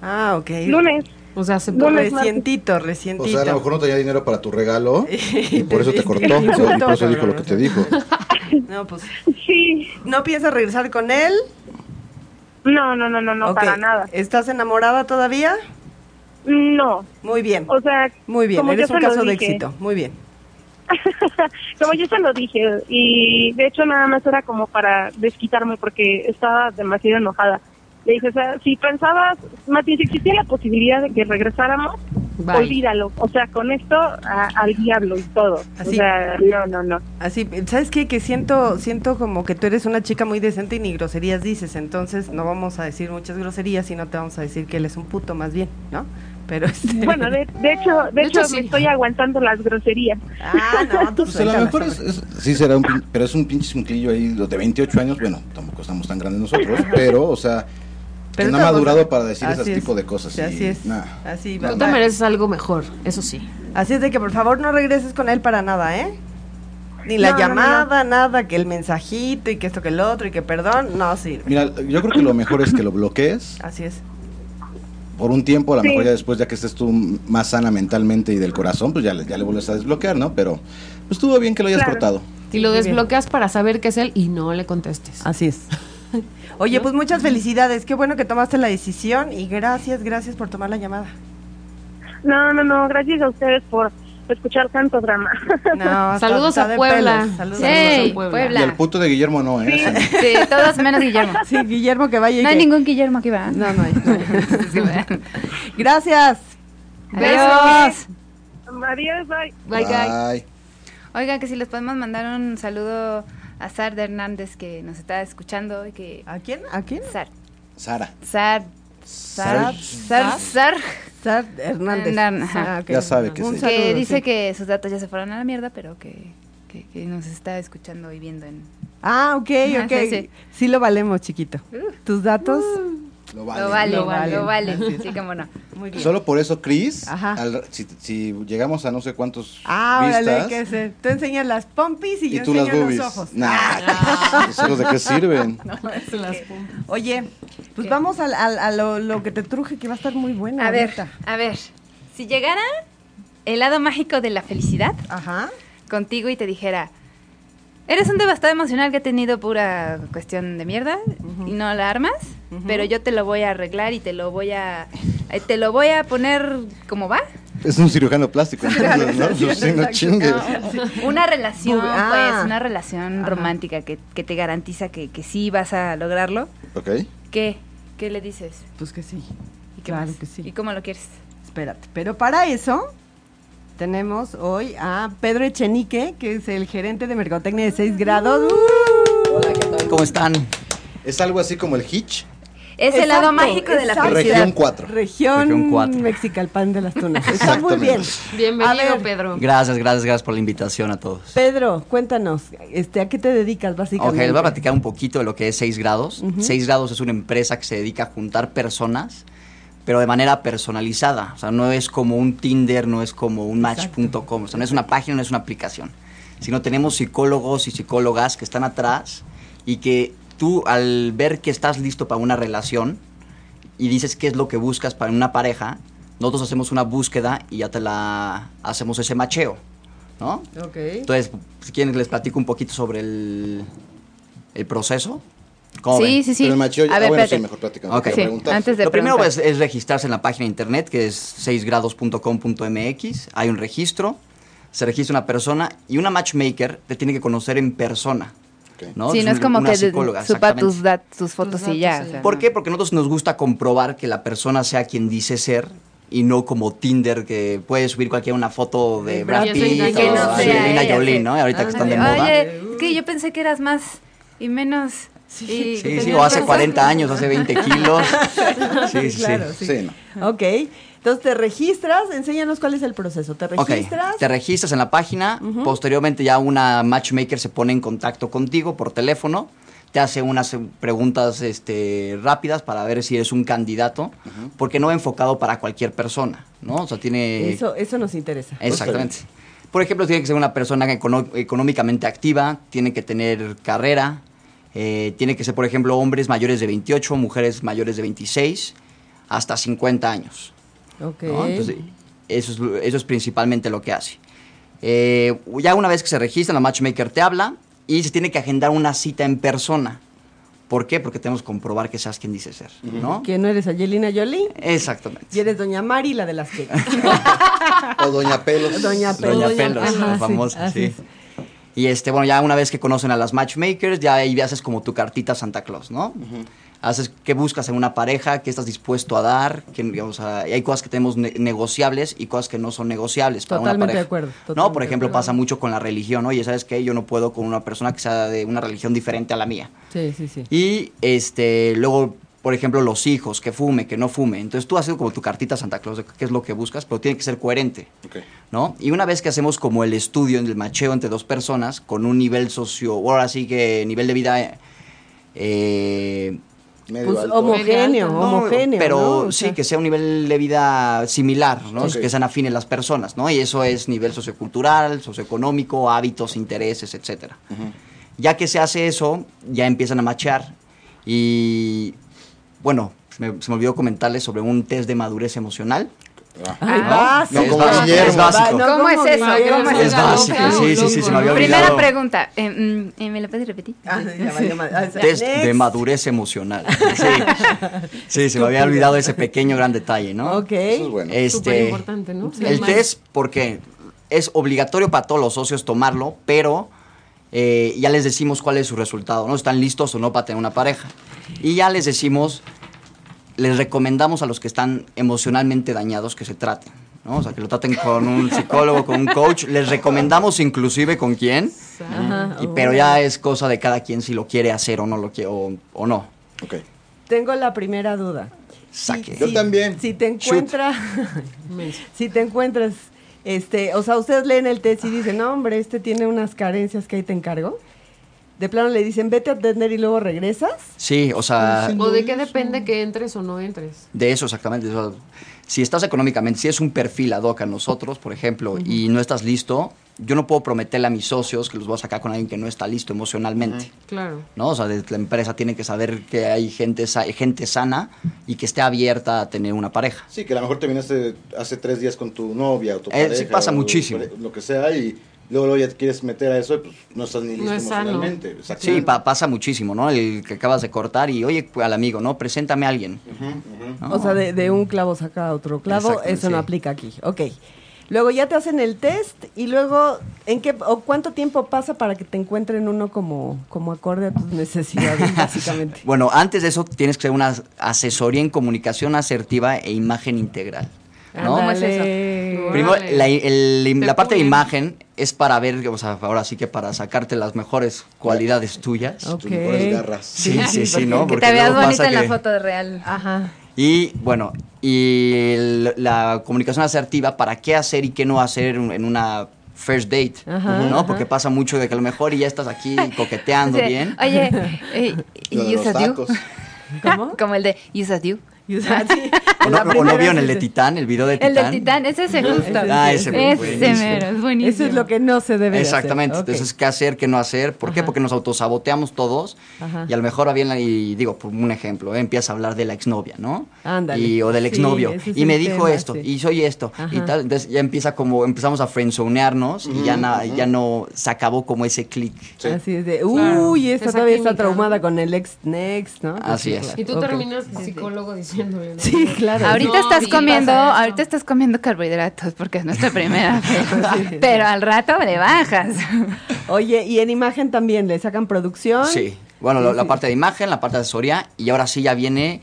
Speaker 4: Ah, ok.
Speaker 8: lunes,
Speaker 6: O sea, se
Speaker 8: No, lunes,
Speaker 4: Recientito,
Speaker 7: O
Speaker 4: recientito.
Speaker 7: sea, a lo mejor no tenía dinero para tu regalo y por eso te cortó.
Speaker 4: Te
Speaker 7: y
Speaker 4: insultó,
Speaker 7: por eso dijo
Speaker 4: cabrón,
Speaker 7: lo que te dijo.
Speaker 4: No, pues.
Speaker 8: sí,
Speaker 4: ¿No piensas regresar con él?
Speaker 8: no, no, no, no, no,
Speaker 4: Ok.
Speaker 8: para nada.
Speaker 4: ¿Estás enamorada todavía?
Speaker 8: No,
Speaker 4: Muy bien.
Speaker 8: o sea,
Speaker 4: Muy bien.
Speaker 8: como
Speaker 4: Eres
Speaker 8: yo
Speaker 4: un
Speaker 8: se lo
Speaker 4: caso de
Speaker 8: dije.
Speaker 4: éxito. Muy bien.
Speaker 8: Como yo se lo dije, y de hecho nada más era como para desquitarme porque estaba demasiado enojada. Le dije, o sea, si pensabas, más bien si existía la posibilidad de que regresáramos,
Speaker 6: Bye.
Speaker 8: olvídalo. O sea, con esto a- al diablo y todo.
Speaker 4: Así.
Speaker 8: O sea, no, no, no.
Speaker 4: Así, ¿sabes qué? Que siento, siento como que tú eres una chica muy decente y ni groserías dices, entonces no vamos a decir muchas groserías y no te vamos a decir que él es un puto más bien, ¿no? Pero este...
Speaker 8: Bueno, de, de hecho, de,
Speaker 6: De
Speaker 8: hecho,
Speaker 6: hecho,
Speaker 8: me
Speaker 6: sí.
Speaker 8: estoy aguantando las groserías.
Speaker 4: Ah, no, tú
Speaker 7: Pues a lo
Speaker 4: suéltalas,
Speaker 7: mejor es,
Speaker 4: hombre.
Speaker 7: es- sí será un pin- pero es un pinche cinquillo ahí, los de 28 años, bueno, tampoco estamos tan grandes nosotros, pero, o sea, que
Speaker 4: Pero
Speaker 7: no
Speaker 4: te
Speaker 7: ha
Speaker 4: vamos a-
Speaker 7: madurado para decir
Speaker 4: Así
Speaker 7: ese
Speaker 4: es.
Speaker 7: tipo de cosas.
Speaker 4: Sí,
Speaker 7: y
Speaker 4: así es.
Speaker 7: nah.
Speaker 4: Así, va-
Speaker 6: Tú te
Speaker 4: va.
Speaker 6: mereces algo mejor, eso sí.
Speaker 4: Así es de que por favor no regreses con él para nada, ¿eh? Ni la
Speaker 8: No, no, no, no.
Speaker 4: llamada, nada, que el mensajito y que esto que el otro y que perdón, no sirve.
Speaker 7: Mira, yo creo que lo mejor es que lo bloquees
Speaker 4: Así es.
Speaker 7: por un tiempo, a lo
Speaker 8: Sí.
Speaker 7: mejor ya después, ya que estés tú más sana mentalmente y del corazón, pues ya, le- ya le vuelves a desbloquear, ¿no? Pero pues estuvo bien que lo hayas
Speaker 8: Claro.
Speaker 7: cortado.
Speaker 6: Y lo
Speaker 4: muy Ah, bien.
Speaker 6: desbloqueas para saber que es él y no le contestes.
Speaker 4: Así es. Oye, pues muchas felicidades, qué bueno que tomaste la decisión y gracias, gracias por tomar la llamada.
Speaker 8: No, no, no, gracias a ustedes por escuchar tanto drama.
Speaker 4: No, está-
Speaker 6: Saludos
Speaker 4: está
Speaker 6: a
Speaker 4: de
Speaker 6: Puebla.
Speaker 4: pelos. Saludos
Speaker 6: Hey,
Speaker 4: a
Speaker 5: ¡Ey!
Speaker 4: Puebla.
Speaker 6: Puebla.
Speaker 7: Y el
Speaker 5: Puebla.
Speaker 7: puto de Guillermo no, ¿eh? Ese no.
Speaker 5: Sí, todos menos Guillermo.
Speaker 4: Sí, Guillermo que vaya y
Speaker 5: No hay
Speaker 4: que-
Speaker 5: ningún Guillermo aquí, va.
Speaker 4: No, no hay.
Speaker 5: Sí, va.
Speaker 4: Gracias.
Speaker 5: Adiós.
Speaker 8: Adiós, bye.
Speaker 6: Bye, guy.
Speaker 7: Bye.
Speaker 5: Oiga, que si les podemos mandar un saludo a Sar de Hernández que nos está escuchando y que
Speaker 4: ¿A quién? ¿A quién?
Speaker 5: Sar,
Speaker 7: Sara.
Speaker 5: Sar, Sar, Sar, Sar,
Speaker 4: Sar Hernández. Ah,
Speaker 5: Hernan- ajá.
Speaker 4: ok.
Speaker 7: Ya sabe que
Speaker 4: Un
Speaker 7: sí.
Speaker 4: saludo,
Speaker 5: que dice
Speaker 4: sí.
Speaker 5: que sus datos ya se fueron a la mierda, pero que, que, que nos está escuchando y viendo en
Speaker 4: Ah, ok,
Speaker 5: Ah,
Speaker 4: ok.
Speaker 5: sí, Uh. sí.
Speaker 4: Sí lo valemos, chiquito. Tus datos
Speaker 5: Lo
Speaker 7: Lo
Speaker 5: vale,
Speaker 4: Lo
Speaker 5: lo
Speaker 4: vale.
Speaker 5: vale.
Speaker 4: Así es.
Speaker 5: Sí, cómo no.
Speaker 4: Muy bien.
Speaker 7: Solo por eso, Chris,
Speaker 4: Ajá.
Speaker 7: al- si, si llegamos a no sé cuántos
Speaker 4: Ah, órale,
Speaker 7: vistas
Speaker 4: ¿qué hacer? Tú enseñas las pompis y,
Speaker 7: y
Speaker 4: yo
Speaker 7: tú las
Speaker 4: enseño
Speaker 7: boobies.
Speaker 4: los ojos.
Speaker 7: Nah, ¿esos de qué sirven?
Speaker 4: Oye, pues vamos al- al- a, lo, lo que te truje, que va a estar muy bueno.
Speaker 5: A ver,
Speaker 4: ahorita.
Speaker 5: a ver. Si llegara el lado mágico de la felicidad
Speaker 4: Ajá.
Speaker 5: contigo y te dijera, eres un devastado emocional que ha tenido pura cuestión de mierda y no la armas,
Speaker 4: Ujú.
Speaker 5: pero yo te lo voy a arreglar y te lo voy a, eh, te lo voy a poner como va.
Speaker 7: Es un cirujano plástico, entonces, ¿no? Pues Sí, no chingues.
Speaker 5: Una relación,
Speaker 4: Ah.
Speaker 5: pues, una relación
Speaker 4: Ajá.
Speaker 5: romántica que, que te garantiza que, que sí vas a lograrlo.
Speaker 7: Ok.
Speaker 5: ¿Qué? ¿Qué le dices?
Speaker 4: Pues que sí.
Speaker 5: ¿Y qué
Speaker 4: Claro
Speaker 5: más?
Speaker 4: que sí.
Speaker 5: ¿Y cómo lo quieres?
Speaker 4: Espérate, pero para eso tenemos hoy a Pedro Echenique, que es el gerente de Mercotecnia de 6 grados.
Speaker 9: Hola, ¿qué tal? ¿Cómo están?
Speaker 7: Es algo así como el Hitch,
Speaker 5: Es el lado
Speaker 4: Exacto,
Speaker 5: mágico de la
Speaker 4: exacto.
Speaker 5: felicidad.
Speaker 7: región 4.
Speaker 4: Región,
Speaker 9: Región cuatro.
Speaker 4: Mexicalpan de las Tunas. Está muy bien.
Speaker 6: Bienvenido,
Speaker 4: A ver.
Speaker 6: Pedro.
Speaker 9: Gracias, gracias, gracias por la invitación a todos.
Speaker 4: Pedro, cuéntanos, este, ¿a qué te dedicas
Speaker 9: Ok,
Speaker 4: básicamente?
Speaker 9: les voy a platicar un poquito de lo que es 6 grados. 6 grados es una empresa que se dedica a juntar personas, pero de manera personalizada. O sea, no es como un Tinder, no es como un match.com, o sea, no es una página, no es una aplicación. Sino tenemos psicólogos y psicólogas que están atrás y que tú al ver que estás listo para una relación y dices qué es lo que buscas para una pareja, nosotros hacemos una búsqueda y ya te la hacemos ese macheo, ¿no?
Speaker 4: Ok.
Speaker 9: Entonces, si quieren les platico un poquito sobre el, el proceso. ¿Cómo
Speaker 5: Sí,
Speaker 9: ven?
Speaker 5: sí, sí.
Speaker 7: Pero el macheo,
Speaker 5: a
Speaker 7: ah,
Speaker 5: ver,
Speaker 7: bueno,
Speaker 5: espérate.
Speaker 7: sí, mejor platicando.
Speaker 9: Ok. Sí,
Speaker 5: antes de
Speaker 9: Lo primero
Speaker 5: preguntar.
Speaker 9: es, es registrarse en la página de internet, que es 6grados.com.mx. Hay un registro, se registra una persona y una matchmaker te tiene que conocer en persona.
Speaker 7: Ok.
Speaker 9: ¿no?
Speaker 5: sí, no es
Speaker 9: un-
Speaker 5: como
Speaker 9: una
Speaker 5: que de-
Speaker 9: psicóloga,
Speaker 5: supa
Speaker 9: exactamente.
Speaker 5: tus, dat- tus fotos
Speaker 6: datos
Speaker 5: y ya.
Speaker 6: y
Speaker 5: o
Speaker 6: ya.
Speaker 5: sea,
Speaker 9: ¿Por
Speaker 5: no.
Speaker 9: qué? Porque a nosotros nos gusta comprobar que la persona sea quien dice ser y no como Tinder que puede subir cualquiera una foto de Brad
Speaker 6: Brad
Speaker 9: Pitt
Speaker 6: Pitt,
Speaker 9: o
Speaker 6: que no sea
Speaker 9: Angelina
Speaker 5: ella,
Speaker 9: Jolie,
Speaker 5: sí.
Speaker 9: ¿no? Ahorita que están de moda.
Speaker 5: Oye, es que yo pensé que eras más y menos. y-
Speaker 9: Sí, sí, o hace 40 años, hace 20 kilos. Sí, sí, sí.
Speaker 4: Claro, sí.
Speaker 7: Sí, no.
Speaker 4: Ok. Entonces te registras, enséñanos cuál es el proceso. ¿Te
Speaker 9: Ok,
Speaker 4: registras?
Speaker 9: te registras en la página, posteriormente ya una matchmaker se pone en contacto contigo por teléfono, te hace unas eh, preguntas este, rápidas para ver si eres un candidato, porque no va enfocado para cualquier persona, ¿no? O sea, tiene...
Speaker 4: Eso, eso nos interesa.
Speaker 9: Exactamente. Por ejemplo, tiene que ser una persona econo- económicamente activa, tiene que tener carrera, eh, tiene que ser, por ejemplo, hombres mayores de 28, mujeres mayores de 26, hasta 50 años.
Speaker 4: Ok.
Speaker 9: ¿no? Entonces, eso es, lo- eso es principalmente lo que hace. Eh, ya una vez que se registra, la matchmaker te habla y se tiene que agendar una cita en persona. ¿Por qué? Porque tenemos que comprobar que seas quien dice ser, ¿no?
Speaker 4: ¿Quién no eres Angelina Jolie? Y
Speaker 9: Exactamente.
Speaker 4: eres Doña Mari, la de las que.
Speaker 7: O Doña Pelos.
Speaker 4: Doña Pelos.
Speaker 9: Doña
Speaker 4: Doña
Speaker 9: Pelos,
Speaker 4: Pelos,
Speaker 9: la
Speaker 4: sí,
Speaker 9: famosa,
Speaker 4: así
Speaker 9: sí. Y este, bueno, ya una vez que conocen a las matchmakers, ya ahí haces como tu cartita a Santa Claus, ¿no? Haces qué buscas en una pareja, qué estás dispuesto a dar, qué- o sea, y hay cosas que tenemos ne- negociables y cosas que no son negociables para una
Speaker 4: Totalmente de
Speaker 9: pareja.
Speaker 4: acuerdo,
Speaker 9: no,
Speaker 4: totalmente
Speaker 9: por
Speaker 4: de
Speaker 9: ejemplo,
Speaker 4: acuerdo.
Speaker 9: pasa mucho con la religión, oye, ¿sabes qué? Yo no puedo con una persona que sea de una religión diferente a la mía.
Speaker 4: Sí, sí, sí.
Speaker 9: Y este, luego, por ejemplo, los hijos, que fume, que no fume. Entonces tú haces como tu cartita a Santa Claus de qué es lo que buscas, pero tiene que ser coherente.
Speaker 7: Ok.
Speaker 9: ¿no? Y una vez que hacemos como el estudio, el macheo entre dos personas con un nivel socio, ahora sí que nivel de vida eh, eh,
Speaker 7: Medio
Speaker 4: Pues
Speaker 7: alto.
Speaker 4: homogéneo,
Speaker 6: Medio
Speaker 9: no,
Speaker 4: homogéneo.
Speaker 9: pero
Speaker 4: ¿no? O
Speaker 9: sí
Speaker 4: sea,
Speaker 9: que sea un nivel de vida similar, ¿no?
Speaker 7: Sí.
Speaker 9: Que sean afines las personas, ¿no? Y eso es nivel sociocultural, socioeconómico, hábitos, intereses, etcétera. Ya que se hace eso, ya empiezan a machear y bueno, me- se me olvidó comentarles sobre un test de madurez emocional.
Speaker 4: Ay,
Speaker 5: Ah,
Speaker 4: básico.
Speaker 7: no, como
Speaker 4: básico,
Speaker 7: Guillermo. Es
Speaker 9: básico.
Speaker 4: no,
Speaker 5: ¿Cómo es eso?
Speaker 4: Guillermo,
Speaker 5: ¿Cómo
Speaker 4: es
Speaker 9: Es básico, sí, sí, sí, se me había
Speaker 5: Primera
Speaker 9: olvidado.
Speaker 5: pregunta. eh, mm, eh, ¿Me la puedes repetir?
Speaker 4: Ah, ya valió madre. Ah, o sea,
Speaker 9: Test de
Speaker 4: next.
Speaker 9: madurez emocional. Sí, sí se me había olvidado ese pequeño gran detalle, ¿no?
Speaker 4: Ok.
Speaker 7: Eso es bueno.
Speaker 9: Este,
Speaker 6: Súper importante, ¿no?
Speaker 9: El test, porque es obligatorio para todos los socios tomarlo, pero eh, ya les decimos cuál es su resultado, ¿no? Están listos o no para tener una pareja. Y ya les decimos, les recomendamos a los que están emocionalmente dañados que se traten, ¿no? O sea, que lo traten con un psicólogo, con un coach. Les recomendamos inclusive con quién,
Speaker 4: Ajá,
Speaker 9: y- pero ya es cosa de cada quien si lo quiere hacer o no lo quiere, o, o no.
Speaker 7: Ok.
Speaker 4: Tengo la primera duda.
Speaker 9: Saque.
Speaker 7: Yo también.
Speaker 4: Si te encuentras, si te encuentras, este, o sea, ustedes leen el test y dicen, no, hombre, este tiene unas carencias que ahí te encargo. De plano le dicen, vete a atender y luego regresas.
Speaker 9: Sí, o sea,
Speaker 6: ¿O de qué depende que entres o no entres?
Speaker 9: de eso exactamente. de eso. Si estás económicamente, si es un perfil ad hoc a nosotros, por ejemplo, y no estás listo, yo no puedo prometerle a mis socios que los voy a sacar con alguien que no está listo emocionalmente.
Speaker 6: Claro.
Speaker 9: ¿no? O sea, de la empresa tiene que saber que hay gente, sa- gente sana y que esté abierta a tener una pareja.
Speaker 7: Sí, que a lo mejor te viniste hace tres días con tu novia o tu
Speaker 9: Eh,
Speaker 7: pareja.
Speaker 9: sí, pasa
Speaker 7: o
Speaker 9: muchísimo.
Speaker 7: Lo que sea y luego, luego ya te quieres meter a eso y pues no estás ni
Speaker 6: No
Speaker 7: listo
Speaker 6: es sano.
Speaker 7: emocionalmente. Exacto.
Speaker 9: Sí, pa- pasa muchísimo, ¿no? El que acabas de cortar y, oye, al amigo, ¿no? Preséntame a alguien. ¿no?
Speaker 4: O sea, de, de un clavo saca otro clavo.
Speaker 9: Exactamente,
Speaker 4: Eso no
Speaker 9: sí.
Speaker 4: aplica aquí. Ok. Luego ya te hacen el test y luego, ¿en qué o cuánto tiempo pasa para que te encuentren uno como, como acorde a tus necesidades, básicamente?
Speaker 9: Bueno, antes de eso tienes que hacer una asesoría en comunicación asertiva e imagen integral. ¿no?
Speaker 4: Ándale.
Speaker 9: Primero,
Speaker 6: Órale.
Speaker 9: la, el-
Speaker 6: Te
Speaker 9: la parte de
Speaker 6: pulen.
Speaker 9: imagen es para ver, o sea, ahora sí que para sacarte las mejores cualidades tuyas.
Speaker 4: Ok.
Speaker 7: Tus mejores garras.
Speaker 9: Sí, sí, sí, ¿no?
Speaker 5: que
Speaker 9: Porque
Speaker 5: te veas
Speaker 9: luego
Speaker 5: bonita
Speaker 9: pasa
Speaker 5: en la
Speaker 9: que-
Speaker 5: foto real.
Speaker 6: Ajá.
Speaker 9: Y bueno, y el- la comunicación asertiva para qué hacer y qué no hacer en en una first date,
Speaker 4: Ajá,
Speaker 9: ¿no?
Speaker 4: ajá.
Speaker 9: Porque pasa mucho de que a lo mejor y ya estás aquí coqueteando
Speaker 5: O sea,
Speaker 9: bien.
Speaker 5: Oye, eh,
Speaker 7: Lo de
Speaker 5: ¿y
Speaker 7: los
Speaker 5: usas you?
Speaker 7: tacos.
Speaker 4: ¿Cómo?
Speaker 5: Como el de ¿y usas you?
Speaker 4: Y, o sea, sí,
Speaker 9: O no,
Speaker 4: la
Speaker 9: o no
Speaker 4: primera
Speaker 9: vieron
Speaker 4: vez
Speaker 9: el de
Speaker 4: dices,
Speaker 9: Titán, el video de Titán.
Speaker 5: El del titán, ese es el justo.
Speaker 9: Ah, ese,
Speaker 5: Ese
Speaker 9: buenísimo.
Speaker 5: mero, es buenísimo.
Speaker 4: Eso es lo que no se debe de hacer.
Speaker 9: Exactamente.
Speaker 4: Ok.
Speaker 9: Entonces, ¿qué hacer, qué no hacer? ¿Por qué?
Speaker 4: Ajá.
Speaker 9: Porque nos autosaboteamos todos.
Speaker 4: Ajá.
Speaker 9: Y a lo mejor había, en la- y digo, por un ejemplo, ¿eh? empieza a hablar de la exnovia, ¿no?
Speaker 4: Ándale.
Speaker 9: Y, o del
Speaker 4: Sí,
Speaker 9: exnovio.
Speaker 4: ese es
Speaker 9: y
Speaker 4: el
Speaker 9: me dijo
Speaker 4: tema,
Speaker 9: esto,
Speaker 4: sí.
Speaker 9: y soy esto, y
Speaker 4: Ajá.
Speaker 9: tal. Entonces ya empieza como, empezamos a friendzonearnos y ya, na- ya no se acabó como ese clic.
Speaker 7: Sí.
Speaker 4: Así es de,
Speaker 6: Claro.
Speaker 4: uy, esta
Speaker 6: Esa
Speaker 4: todavía
Speaker 6: química,
Speaker 4: está traumada
Speaker 6: ¿no?
Speaker 4: con el ex next, ¿no? Pues
Speaker 9: Así es.
Speaker 6: Y tú
Speaker 4: Ok.
Speaker 6: terminas psicólogo diciéndole. ¿no?
Speaker 4: Sí, claro.
Speaker 5: Ahorita
Speaker 6: No,
Speaker 5: estás
Speaker 6: sí,
Speaker 5: comiendo,
Speaker 6: pasa eso.
Speaker 5: ahorita estás comiendo carbohidratos porque es nuestra primera vez. Pero al rato le bajas.
Speaker 4: Oye, y en imagen también le sacan producción.
Speaker 9: Sí. Bueno, la, la parte de imagen, la parte de asesoría, y ahora sí ya viene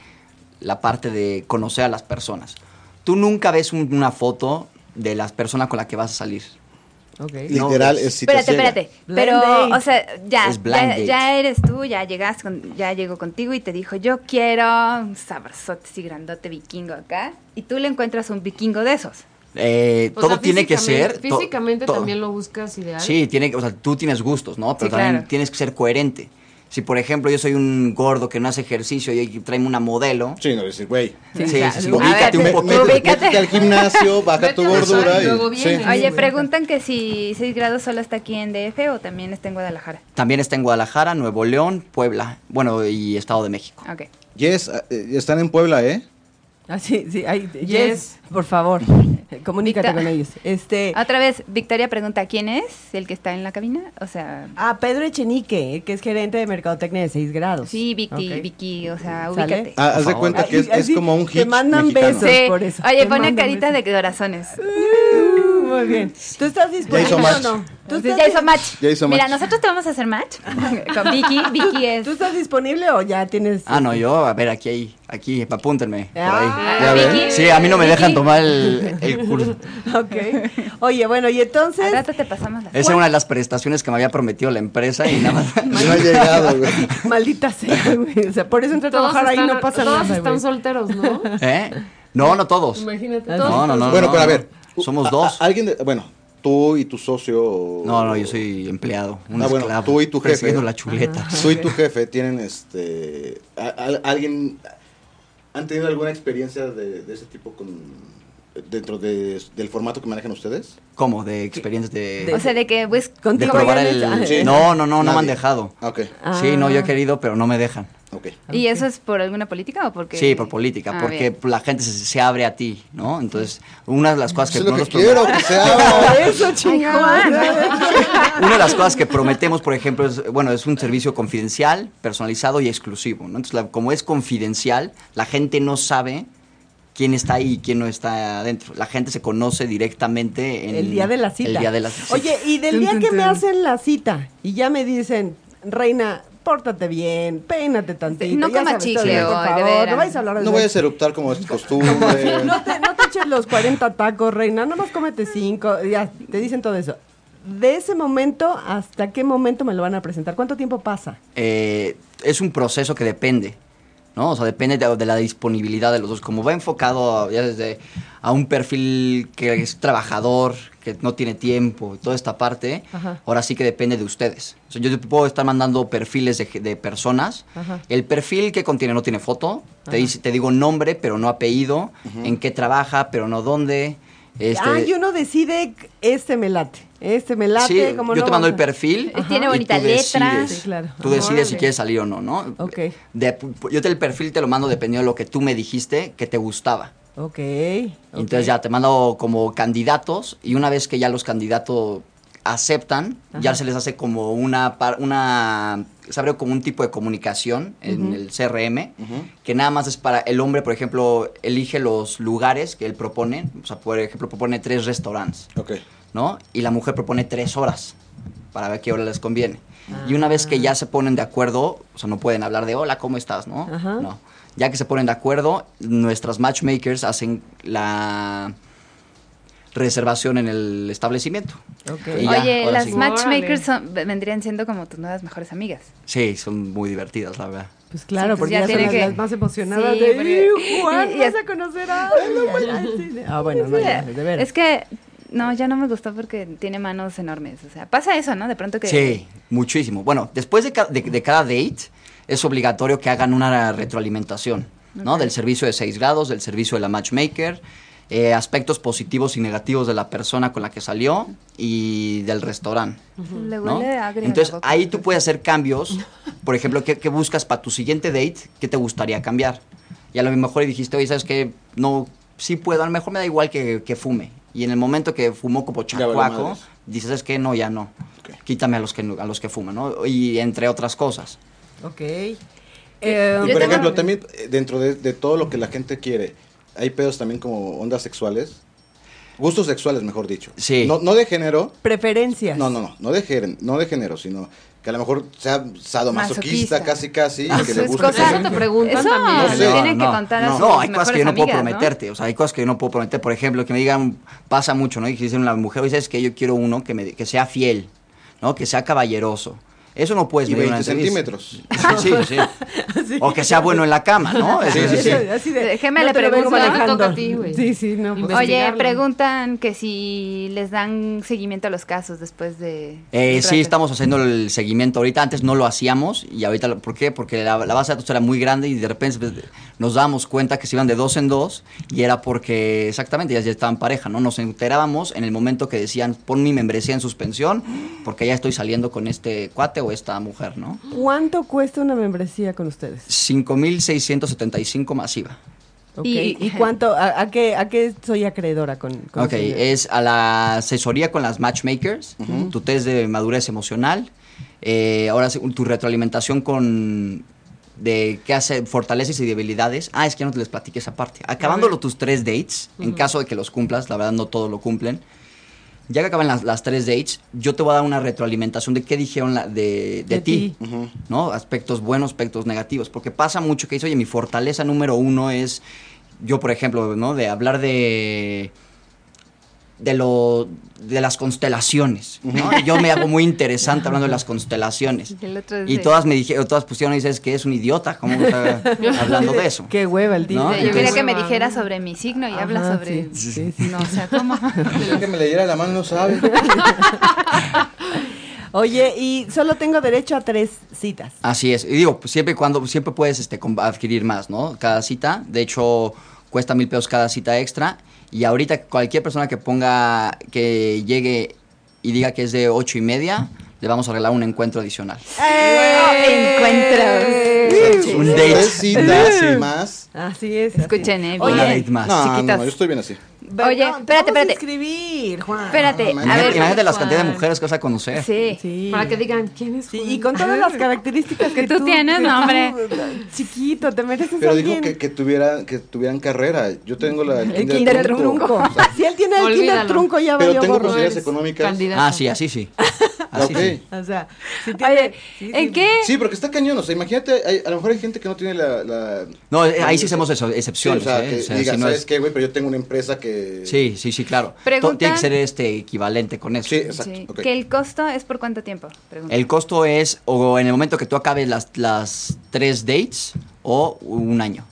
Speaker 9: la parte de conocer a las personas. Tú nunca ves un- una foto de las personas con las que vas a salir.
Speaker 4: Ok.
Speaker 9: No,
Speaker 7: Literal,
Speaker 9: es-
Speaker 7: es si te
Speaker 5: espérate,
Speaker 7: ciega.
Speaker 5: espérate.
Speaker 4: Blind
Speaker 5: Pero,
Speaker 4: date.
Speaker 5: o sea, ya,
Speaker 9: Es blind
Speaker 5: ya,
Speaker 9: date.
Speaker 5: ya eres tú, ya llegas, con- ya llegó contigo y te dijo, yo quiero un sabrosote y grandote vikingo acá. Y tú le encuentras un vikingo de esos.
Speaker 9: Eh,
Speaker 6: O
Speaker 9: todo
Speaker 6: sea,
Speaker 9: tiene que
Speaker 6: físicamente-
Speaker 9: ser. to-
Speaker 6: Físicamente
Speaker 9: to-
Speaker 6: también lo buscas ideal.
Speaker 9: Sí, tiene, que- o sea, tú tienes gustos, ¿no?
Speaker 5: Sí,
Speaker 9: Pero también
Speaker 5: claro.
Speaker 9: tienes que ser coherente. Si, por ejemplo, yo soy un gordo que no hace ejercicio y y tráeme una modelo.
Speaker 7: Sí, no, decir, güey.
Speaker 9: Sí, sí,
Speaker 4: claro.
Speaker 9: sí,
Speaker 5: A
Speaker 9: ubícate
Speaker 5: ver,
Speaker 9: un
Speaker 7: me-
Speaker 9: poquito.
Speaker 7: me-
Speaker 5: Ubícate.
Speaker 7: Métete al gimnasio, baja tu
Speaker 6: Vete a besar y
Speaker 7: gordura. y-
Speaker 6: luego vienes.
Speaker 7: sí.
Speaker 5: Oye,
Speaker 6: güey.
Speaker 5: preguntan que si 6 grados solo está aquí en DF o también está en Guadalajara.
Speaker 9: También está en Guadalajara, Nuevo León, Puebla, bueno, y Estado de México.
Speaker 5: Ok.
Speaker 7: Yes, eh, están en Puebla, ¿eh?
Speaker 4: Ah, sí, sí, ahí, yes.
Speaker 6: Yes.
Speaker 4: por favor, comunícate
Speaker 5: Victa- Ah.
Speaker 4: con ellos. Este,
Speaker 5: Otra vez, Victoria pregunta, ¿quién es el que está en la cabina? O sea,
Speaker 4: a Pedro Echenique, que es gerente de Mercadotecnia de 6 grados.
Speaker 5: sí, Vicky,
Speaker 4: Ok.
Speaker 5: Vicky, o sea,
Speaker 4: ¿Sale?
Speaker 5: ubícate.
Speaker 7: Ah, haz de
Speaker 9: favor.
Speaker 7: cuenta que es,
Speaker 4: Ay,
Speaker 7: es como un hit.
Speaker 4: te mandan
Speaker 7: mexicano.
Speaker 4: besos.
Speaker 5: Sí.
Speaker 4: por eso.
Speaker 5: Oye,
Speaker 4: Te
Speaker 5: pone
Speaker 4: mando
Speaker 5: carita de corazones.
Speaker 4: Uh, muy bien. ¿Tú estás dispuesto
Speaker 7: hizo match.
Speaker 4: no? ¿Tú
Speaker 5: Entonces,
Speaker 4: estás,
Speaker 5: ya hizo match.
Speaker 7: Ya hizo
Speaker 5: Mira,
Speaker 7: match.
Speaker 5: nosotros te vamos a hacer match con Vicky. Vicky es.
Speaker 4: ¿Tú estás disponible o ya tienes?
Speaker 9: Ah, no, yo, a ver, aquí, ahí, aquí, apúntenme. Por ahí.
Speaker 4: Ah,
Speaker 9: Ya ven.
Speaker 5: Vicky.
Speaker 9: Sí, a mí no me
Speaker 5: Vicky.
Speaker 9: dejan tomar el, el curso.
Speaker 4: Ok. Oye, bueno, y entonces.
Speaker 5: Al rato te pasamos la.
Speaker 9: Esa era una de las prestaciones que me había prometido la empresa y nada más.
Speaker 7: No ha llegado, güey.
Speaker 4: Maldita sea, güey. O sea, por eso entré a
Speaker 6: Todos
Speaker 4: trabajar ahí
Speaker 6: están-
Speaker 4: no pasa
Speaker 6: todos
Speaker 4: nada.
Speaker 6: están
Speaker 4: güey.
Speaker 6: solteros, ¿no?
Speaker 9: ¿Eh? No, no todos.
Speaker 6: Imagínate.
Speaker 4: Ah,
Speaker 6: todos
Speaker 9: No, no,
Speaker 6: están
Speaker 9: no.
Speaker 7: Bueno,
Speaker 9: no,
Speaker 7: pero a
Speaker 9: no.
Speaker 7: ver.
Speaker 9: Somos
Speaker 7: a-
Speaker 9: dos.
Speaker 7: a- alguien de- bueno, tú y tu socio. o-
Speaker 9: No, no, yo soy empleado. Un
Speaker 7: Ah, bueno,
Speaker 9: esclavo,
Speaker 7: tú y tu jefe.
Speaker 9: persiguiendo la chuleta.
Speaker 7: Tú y tu jefe tienen este. a- a- alguien. ¿Han tenido alguna experiencia de, de ese tipo con dentro de- del formato que manejan ustedes?
Speaker 9: ¿Cómo? ¿De experiencias de.?
Speaker 5: O sea, de que pues,
Speaker 9: de
Speaker 4: Contigo
Speaker 9: probar
Speaker 4: hayan
Speaker 9: el.
Speaker 4: hecho-
Speaker 7: Sí.
Speaker 9: No, no, no, no me han
Speaker 7: Nadie.
Speaker 9: dejado.
Speaker 7: Ah, ok,
Speaker 9: Sí, no, yo he querido, pero no me dejan.
Speaker 7: ok.
Speaker 5: ¿Y eso es por alguna política o porque?
Speaker 9: Sí, por política,
Speaker 5: Ah,
Speaker 9: porque
Speaker 5: bien.
Speaker 9: la gente se, se abre a ti, ¿no? Entonces, una de las cosas que
Speaker 7: Eso es lo que
Speaker 9: nosotros
Speaker 7: quiero, que se abra.
Speaker 4: Eso, chingón.
Speaker 9: Una de las cosas que prometemos, por ejemplo, es, bueno, es un servicio confidencial, personalizado y exclusivo. ¿no? Entonces, la- como es confidencial, la gente no sabe quién está ahí y quién no está adentro. La gente se conoce directamente en
Speaker 4: El día de la cita.
Speaker 9: El día de la cita.
Speaker 4: Oye, y del
Speaker 5: Tun,
Speaker 4: día
Speaker 5: tun,
Speaker 4: que me
Speaker 5: tun.
Speaker 4: hacen la cita y ya me dicen, reina, pórtate bien, peínate tantito.
Speaker 5: No
Speaker 4: ya
Speaker 5: coma
Speaker 4: sabes,
Speaker 5: chicle
Speaker 4: todo, por
Speaker 5: hoy, de
Speaker 4: favor,
Speaker 5: veras.
Speaker 4: No vais a hablar de
Speaker 7: No
Speaker 4: eso.
Speaker 7: vayas a eruptar como es costumbre.
Speaker 4: No te, no te eches los 40 tacos, reina, nomás cómete 5, ya, te dicen todo eso. De ese momento, ¿hasta qué momento me lo van a presentar? ¿Cuánto tiempo pasa?
Speaker 9: Eh, es un proceso que depende. ¿no? O sea, depende de, de la disponibilidad de los dos. Como va enfocado a- ya desde a un perfil que es trabajador, que no tiene tiempo, y toda esta parte,
Speaker 6: Ajá.
Speaker 9: ahora sí que depende de ustedes. O sea, yo te puedo estar mandando perfiles de, ge- de personas.
Speaker 6: Ajá.
Speaker 9: El perfil que contiene no tiene foto, te, dice, te digo nombre, pero no apellido, en qué trabaja, pero no dónde. Este,
Speaker 4: Ah, y uno decide, este me late, este me late.
Speaker 9: sí,
Speaker 4: como
Speaker 9: yo
Speaker 4: no
Speaker 9: te mando el
Speaker 4: vamos a-
Speaker 9: perfil.
Speaker 5: Y tiene
Speaker 9: y tú
Speaker 5: bonita letra.
Speaker 9: decides.
Speaker 4: Sí, claro.
Speaker 9: Tú decides si
Speaker 5: Órale.
Speaker 9: quieres salir o no, ¿no?
Speaker 4: Ok.
Speaker 9: De- yo te, el perfil te lo mando dependiendo de lo que tú me dijiste que te gustaba.
Speaker 4: Ok.
Speaker 9: Y Entonces ya te mando como candidatos y una vez que ya los candidatos aceptan, ya se les hace como una, par- una se abre como un tipo de comunicación en el CRM, que nada más es para el hombre, por ejemplo, elige los lugares que él propone, o sea, por ejemplo, propone tres restaurantes,
Speaker 7: Ok.
Speaker 9: ¿no? Y la mujer propone tres horas para ver qué hora les conviene. Y una vez que ya
Speaker 4: Ah.
Speaker 9: se ponen de acuerdo, o sea, no pueden hablar de hola, ¿cómo estás? ¿No?
Speaker 4: Ajá.
Speaker 9: No. Ya que se ponen de acuerdo, nuestras matchmakers hacen la reservación en el establecimiento.
Speaker 4: Ok.
Speaker 9: Y ya,
Speaker 5: Oye,
Speaker 9: ahora
Speaker 5: las
Speaker 9: sí.
Speaker 5: matchmakers son- vendrían siendo como tus nuevas mejores amigas.
Speaker 9: Sí, son muy divertidas, la verdad.
Speaker 4: Pues claro,
Speaker 5: Sí, pues
Speaker 4: porque
Speaker 5: ya
Speaker 4: ya, son
Speaker 5: tiene
Speaker 4: las,
Speaker 5: que-
Speaker 4: las más emocionadas
Speaker 5: Sí,
Speaker 4: de
Speaker 5: porque-
Speaker 4: "Ih, Juan,
Speaker 5: y- y
Speaker 4: vas
Speaker 5: es-
Speaker 4: a conocer a alguien". Ay, sí. Ah, bueno, no, ya, de veras.
Speaker 5: Es que, no, ya no me gustó porque tiene manos enormes. O sea, pasa eso, ¿no? De pronto que...
Speaker 9: Sí, muchísimo. Bueno, después de, ca- de- de cada date es obligatorio que hagan una retroalimentación, ¿no? Del servicio de 6 grados, del servicio de la matchmaker, eh, aspectos positivos y negativos de la persona con la que salió y del restaurante.
Speaker 5: Le
Speaker 9: Mm. ¿no?
Speaker 5: huele agrio la
Speaker 9: Entonces
Speaker 5: boca.
Speaker 9: ahí tú puedes hacer cambios. Por ejemplo, ¿qué, qué buscas para tu siguiente date? ¿Qué te gustaría cambiar? Y a lo mejor y dijiste, oye, ¿sabes qué? No, sí puedo, a lo mejor me da igual que, que fume. Y en el momento que fumó como
Speaker 7: Ya valió
Speaker 9: chacuaco,
Speaker 7: madres.
Speaker 9: dices, es que no, ya no. Quítame a los que, no- a los que fuman, ¿no? Y entre otras cosas.
Speaker 4: Ok. Eh,
Speaker 7: Y
Speaker 5: Yo
Speaker 7: por
Speaker 5: tengo-
Speaker 7: ejemplo, también eh, dentro de, de todo lo que la gente quiere, hay pedos también como ondas sexuales. Gustos sexuales, mejor dicho.
Speaker 9: Sí.
Speaker 7: No, no de género.
Speaker 4: preferencias.
Speaker 7: No, no, no. No de, género, no de género, sino que a lo mejor sea sadomasoquista
Speaker 5: Masoquista.
Speaker 7: casi, casi.
Speaker 9: Ah,
Speaker 7: que
Speaker 9: eso
Speaker 7: le
Speaker 9: es
Speaker 7: guste.
Speaker 6: cosa- Eso te preguntan
Speaker 5: Pues Eso,
Speaker 6: también.
Speaker 5: Ah, le
Speaker 7: No sé.
Speaker 5: tienen que contar a
Speaker 9: no,
Speaker 5: sus
Speaker 9: no, hay cosas
Speaker 5: mejores
Speaker 9: que yo no puedo
Speaker 5: amigas, ¿no?
Speaker 9: prometerte. O sea, hay cosas que yo no puedo prometer. Por ejemplo, que me digan, pasa mucho, ¿no? Y que dicen una mujer, oye, ¿sabes que yo quiero uno que, me, que sea fiel, ¿no? Que sea caballeroso. Eso no puedes
Speaker 7: Y
Speaker 9: medir en una
Speaker 7: 20
Speaker 9: entrevista.
Speaker 7: centímetros.
Speaker 9: Sí, sí, sí.
Speaker 4: Así.
Speaker 9: O que sea bueno en la cama, ¿no? Es
Speaker 7: Sí,
Speaker 9: decir,
Speaker 7: sí, sí.
Speaker 4: Así de,
Speaker 5: Déjeme le
Speaker 4: te lo vengo
Speaker 5: pregunto, ¿no?
Speaker 4: manejando.
Speaker 6: Toca a ti, güey.
Speaker 4: Sí, sí, no. pues-
Speaker 5: Oye,
Speaker 6: investigarlo.
Speaker 5: preguntan que si les dan seguimiento a los casos después de...
Speaker 9: Eh,
Speaker 5: un
Speaker 9: sí,
Speaker 5: rato.
Speaker 9: estamos haciendo el seguimiento ahorita. Antes no lo hacíamos y ahorita, lo- ¿por qué? Porque la, la base de datos era muy grande y de repente pues, nos dábamos cuenta que se iban de dos en dos y era porque, exactamente, ya, ya estaban pareja, ¿no? Nos enterábamos en el momento que decían, pon mi membresía en suspensión porque ya estoy saliendo con este cuate o esta mujer, ¿no?
Speaker 4: ¿Cuánto cuesta una membresía con ustedes?
Speaker 9: 5.675 masiva.
Speaker 4: Ok,
Speaker 5: Y-
Speaker 4: ¿Y, cuánto? ¿A, a qué, ¿A qué soy acreedora con, con
Speaker 9: Ok,
Speaker 4: señor?
Speaker 9: es a la asesoría con las matchmakers, tu test de madurez emocional, eh, ahora sí, tu retroalimentación con de qué hace fortalezas y debilidades. Ah, es que ya no te les platiqué esa parte. Acabándolo tus tres dates, en caso de que los cumplas, la verdad no todos lo cumplen. Ya que acaban las, las tres dates, yo te voy a dar una retroalimentación de qué dijeron la- de, de
Speaker 4: De
Speaker 9: ti,
Speaker 4: ti.
Speaker 9: ¿no? Aspectos buenos, aspectos negativos. Porque pasa mucho que dices, oye, mi fortaleza número uno es, yo por ejemplo, ¿no? De hablar de de lo de las constelaciones, ¿no? Y Yo me hago muy interesante hablando de las constelaciones.
Speaker 5: Y el otro
Speaker 9: Y
Speaker 5: dice-
Speaker 9: todas me dijeron, todas pusieron y dices que es un idiota, ¿cómo está hablando de eso?
Speaker 4: Qué hueva el día.
Speaker 9: No,
Speaker 5: Dice, Yo
Speaker 9: entonces-
Speaker 5: quería que me dijera sobre mi signo y
Speaker 4: Ajá,
Speaker 5: habla sobre...
Speaker 4: sí, sí, sí.
Speaker 5: No, o sea, ¿cómo?
Speaker 7: Yo que me leyera la mano no sabe.
Speaker 4: Oye, y solo tengo derecho a tres citas.
Speaker 9: Así es. Y digo, pues, siempre y cuando, siempre puedes este, com- adquirir más, ¿no? Cada cita. De hecho, cuesta mil pesos cada cita extra. Y ahorita cualquier persona que ponga, que llegue y diga que es de ocho y media, le vamos a regalar un encuentro adicional.
Speaker 5: Encuentros.
Speaker 9: Un date.
Speaker 7: Tres citas más.
Speaker 4: Así es. así
Speaker 5: Escuchen,
Speaker 4: es.
Speaker 5: eh,
Speaker 9: Una
Speaker 5: bien.
Speaker 9: date más.
Speaker 7: No, no,
Speaker 5: chiquitas.
Speaker 7: no, yo estoy bien así.
Speaker 4: Pero
Speaker 5: Oye,
Speaker 4: no, te
Speaker 5: espérate,
Speaker 4: vamos
Speaker 5: espérate.
Speaker 4: a inscribir, Juan.
Speaker 5: Espérate,
Speaker 7: No,
Speaker 5: a
Speaker 9: Imagínate,
Speaker 5: ver.
Speaker 9: imagínate las
Speaker 6: Juan.
Speaker 9: cantidades de mujeres que vas a conocer.
Speaker 5: Sí.
Speaker 4: Sí.
Speaker 6: Para que digan, ¿quién es
Speaker 4: Sí,
Speaker 6: Juan?
Speaker 4: y con todas las características que,
Speaker 5: Que tú tienes,
Speaker 4: que
Speaker 5: no, hombre.
Speaker 4: tú- Chiquito, te mereces
Speaker 7: Pero
Speaker 4: a
Speaker 7: dijo
Speaker 4: alguien.
Speaker 7: que, que, tuviera, que tuvieran carrera. Yo tengo la, el kinder
Speaker 4: kinder
Speaker 7: trunco.
Speaker 4: trunco.
Speaker 7: O sea,
Speaker 4: si él tiene el kinder
Speaker 6: Olvídalo.
Speaker 4: trunco, ya
Speaker 7: Pero
Speaker 4: valió
Speaker 7: tengo
Speaker 4: gorro.
Speaker 7: posibilidades
Speaker 6: Eres
Speaker 7: económicas.
Speaker 6: candidato.
Speaker 9: Ah, sí, así sí. Así
Speaker 7: Ok.
Speaker 9: Ah, sí.
Speaker 4: O sea, si tiene...
Speaker 5: Oye,
Speaker 4: sí,
Speaker 5: ¿en
Speaker 4: sí.
Speaker 5: qué?
Speaker 7: Sí, porque está cañón. O sea, imagínate, hay- a lo mejor hay gente que no tiene la. la-
Speaker 9: No, eh, ahí sí hacemos eso, excepciones.
Speaker 7: Sí, o sea,
Speaker 9: ¿eh?
Speaker 7: que
Speaker 9: O sea,
Speaker 7: diga,
Speaker 9: si no
Speaker 7: ¿sabes
Speaker 9: es-
Speaker 7: qué, güey? Pero yo tengo una empresa que.
Speaker 9: Sí, sí, sí, claro. To- Tiene
Speaker 5: Preguntan-
Speaker 9: que ser este equivalente con eso.
Speaker 7: Sí, exacto.
Speaker 5: Sí.
Speaker 7: ok.
Speaker 5: Que el costo es por cuánto tiempo, pregunta.
Speaker 9: El costo es o en el momento que tú acabes las, las tres dates o un año.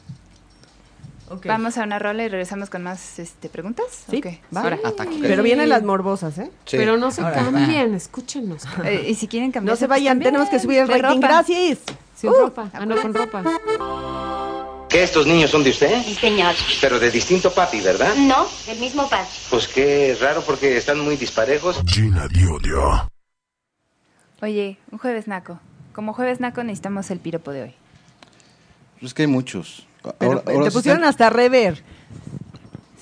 Speaker 4: Ok.
Speaker 5: Vamos a una rola y regresamos con más este, preguntas.
Speaker 4: Sí.
Speaker 5: Ok, va.
Speaker 4: Sí.
Speaker 5: Ahora.
Speaker 9: Ataque.
Speaker 4: Pero vienen las morbosas, ¿eh?
Speaker 7: Sí.
Speaker 6: Pero no se
Speaker 9: Ahora.
Speaker 6: cambien, escúchenos.
Speaker 5: Eh, y si quieren cambiar.
Speaker 4: No se vayan, tenemos que subir el rating. Gracias.
Speaker 6: Sin
Speaker 4: Uh.
Speaker 6: ropa. Ah, no, con ropa.
Speaker 10: ¿Que estos niños son de usted?
Speaker 8: Señor,
Speaker 10: Pero de distinto papi, ¿verdad?
Speaker 8: no, el mismo padre.
Speaker 10: Pues qué raro porque están muy disparejos.
Speaker 1: Gina Diodio.
Speaker 5: Oye, un jueves naco. Como jueves naco necesitamos el piropo de hoy.
Speaker 7: Es que hay muchos.
Speaker 4: Pero,
Speaker 7: Ahora,
Speaker 4: eh,
Speaker 7: ahora
Speaker 4: te
Speaker 7: sí
Speaker 4: pusieron
Speaker 7: están,
Speaker 4: hasta rever.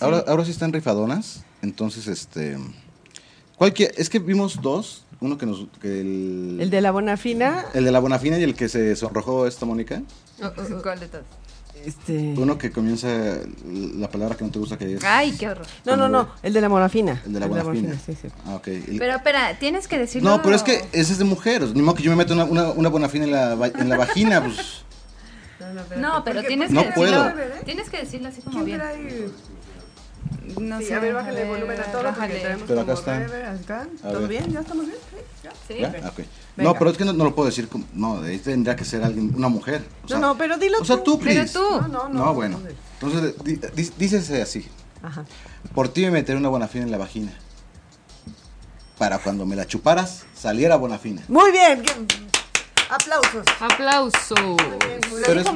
Speaker 7: ahora, ahora sí están rifadonas. Entonces, este. Cualquier, es que vimos dos. Uno que nos. que el,
Speaker 4: El de la Bonafina.
Speaker 7: el de la Bonafina y el que se sonrojó esta Mónica.
Speaker 4: Oh,
Speaker 5: ¿Cuál de todos?
Speaker 4: Este.
Speaker 7: Uno que comienza la palabra que no te gusta que es.
Speaker 5: Ay, qué horror.
Speaker 4: No, no, no. El de la Bonafina.
Speaker 7: El de la Bonafina.
Speaker 4: Sí, sí.
Speaker 7: Ah, ok. El-
Speaker 5: Pero espera, tienes que decirlo.
Speaker 7: no, pero es que ese es de mujeres. Ni modo que yo me meto una, una, una Bonafina en la, va- en la vagina, pues.
Speaker 5: No, pero tienes
Speaker 7: no
Speaker 5: que decirlo.
Speaker 7: puedo.
Speaker 5: Tienes que decirlo así como bien. No
Speaker 11: Sí,
Speaker 5: sé,
Speaker 11: a ver, bájale el volumen a todo porque
Speaker 5: bájale.
Speaker 11: tenemos
Speaker 7: Pero acá
Speaker 11: como
Speaker 7: están.
Speaker 11: rever, acá.
Speaker 7: A
Speaker 11: ¿Todo
Speaker 7: ver.
Speaker 11: bien? ¿Ya estamos bien? Sí, ya.
Speaker 5: Sí.
Speaker 7: ¿Ya? Ah, ok.
Speaker 11: Venga.
Speaker 7: No, pero es que no, no lo puedo decir. como- no, de ahí tendría que ser alguien, una mujer. O sea,
Speaker 4: No, no, pero dilo
Speaker 7: O sea, tú,
Speaker 5: Pero
Speaker 7: please.
Speaker 5: tú.
Speaker 11: No, no, no.
Speaker 7: No, bueno. Entonces, di- di- dices así.
Speaker 4: Ajá.
Speaker 7: Por ti me meteré una bonafina en la vagina. Para cuando me la chuparas, saliera bonafina.
Speaker 4: Muy bien. que- Aplausos.
Speaker 6: Aplauso.
Speaker 7: Pero es,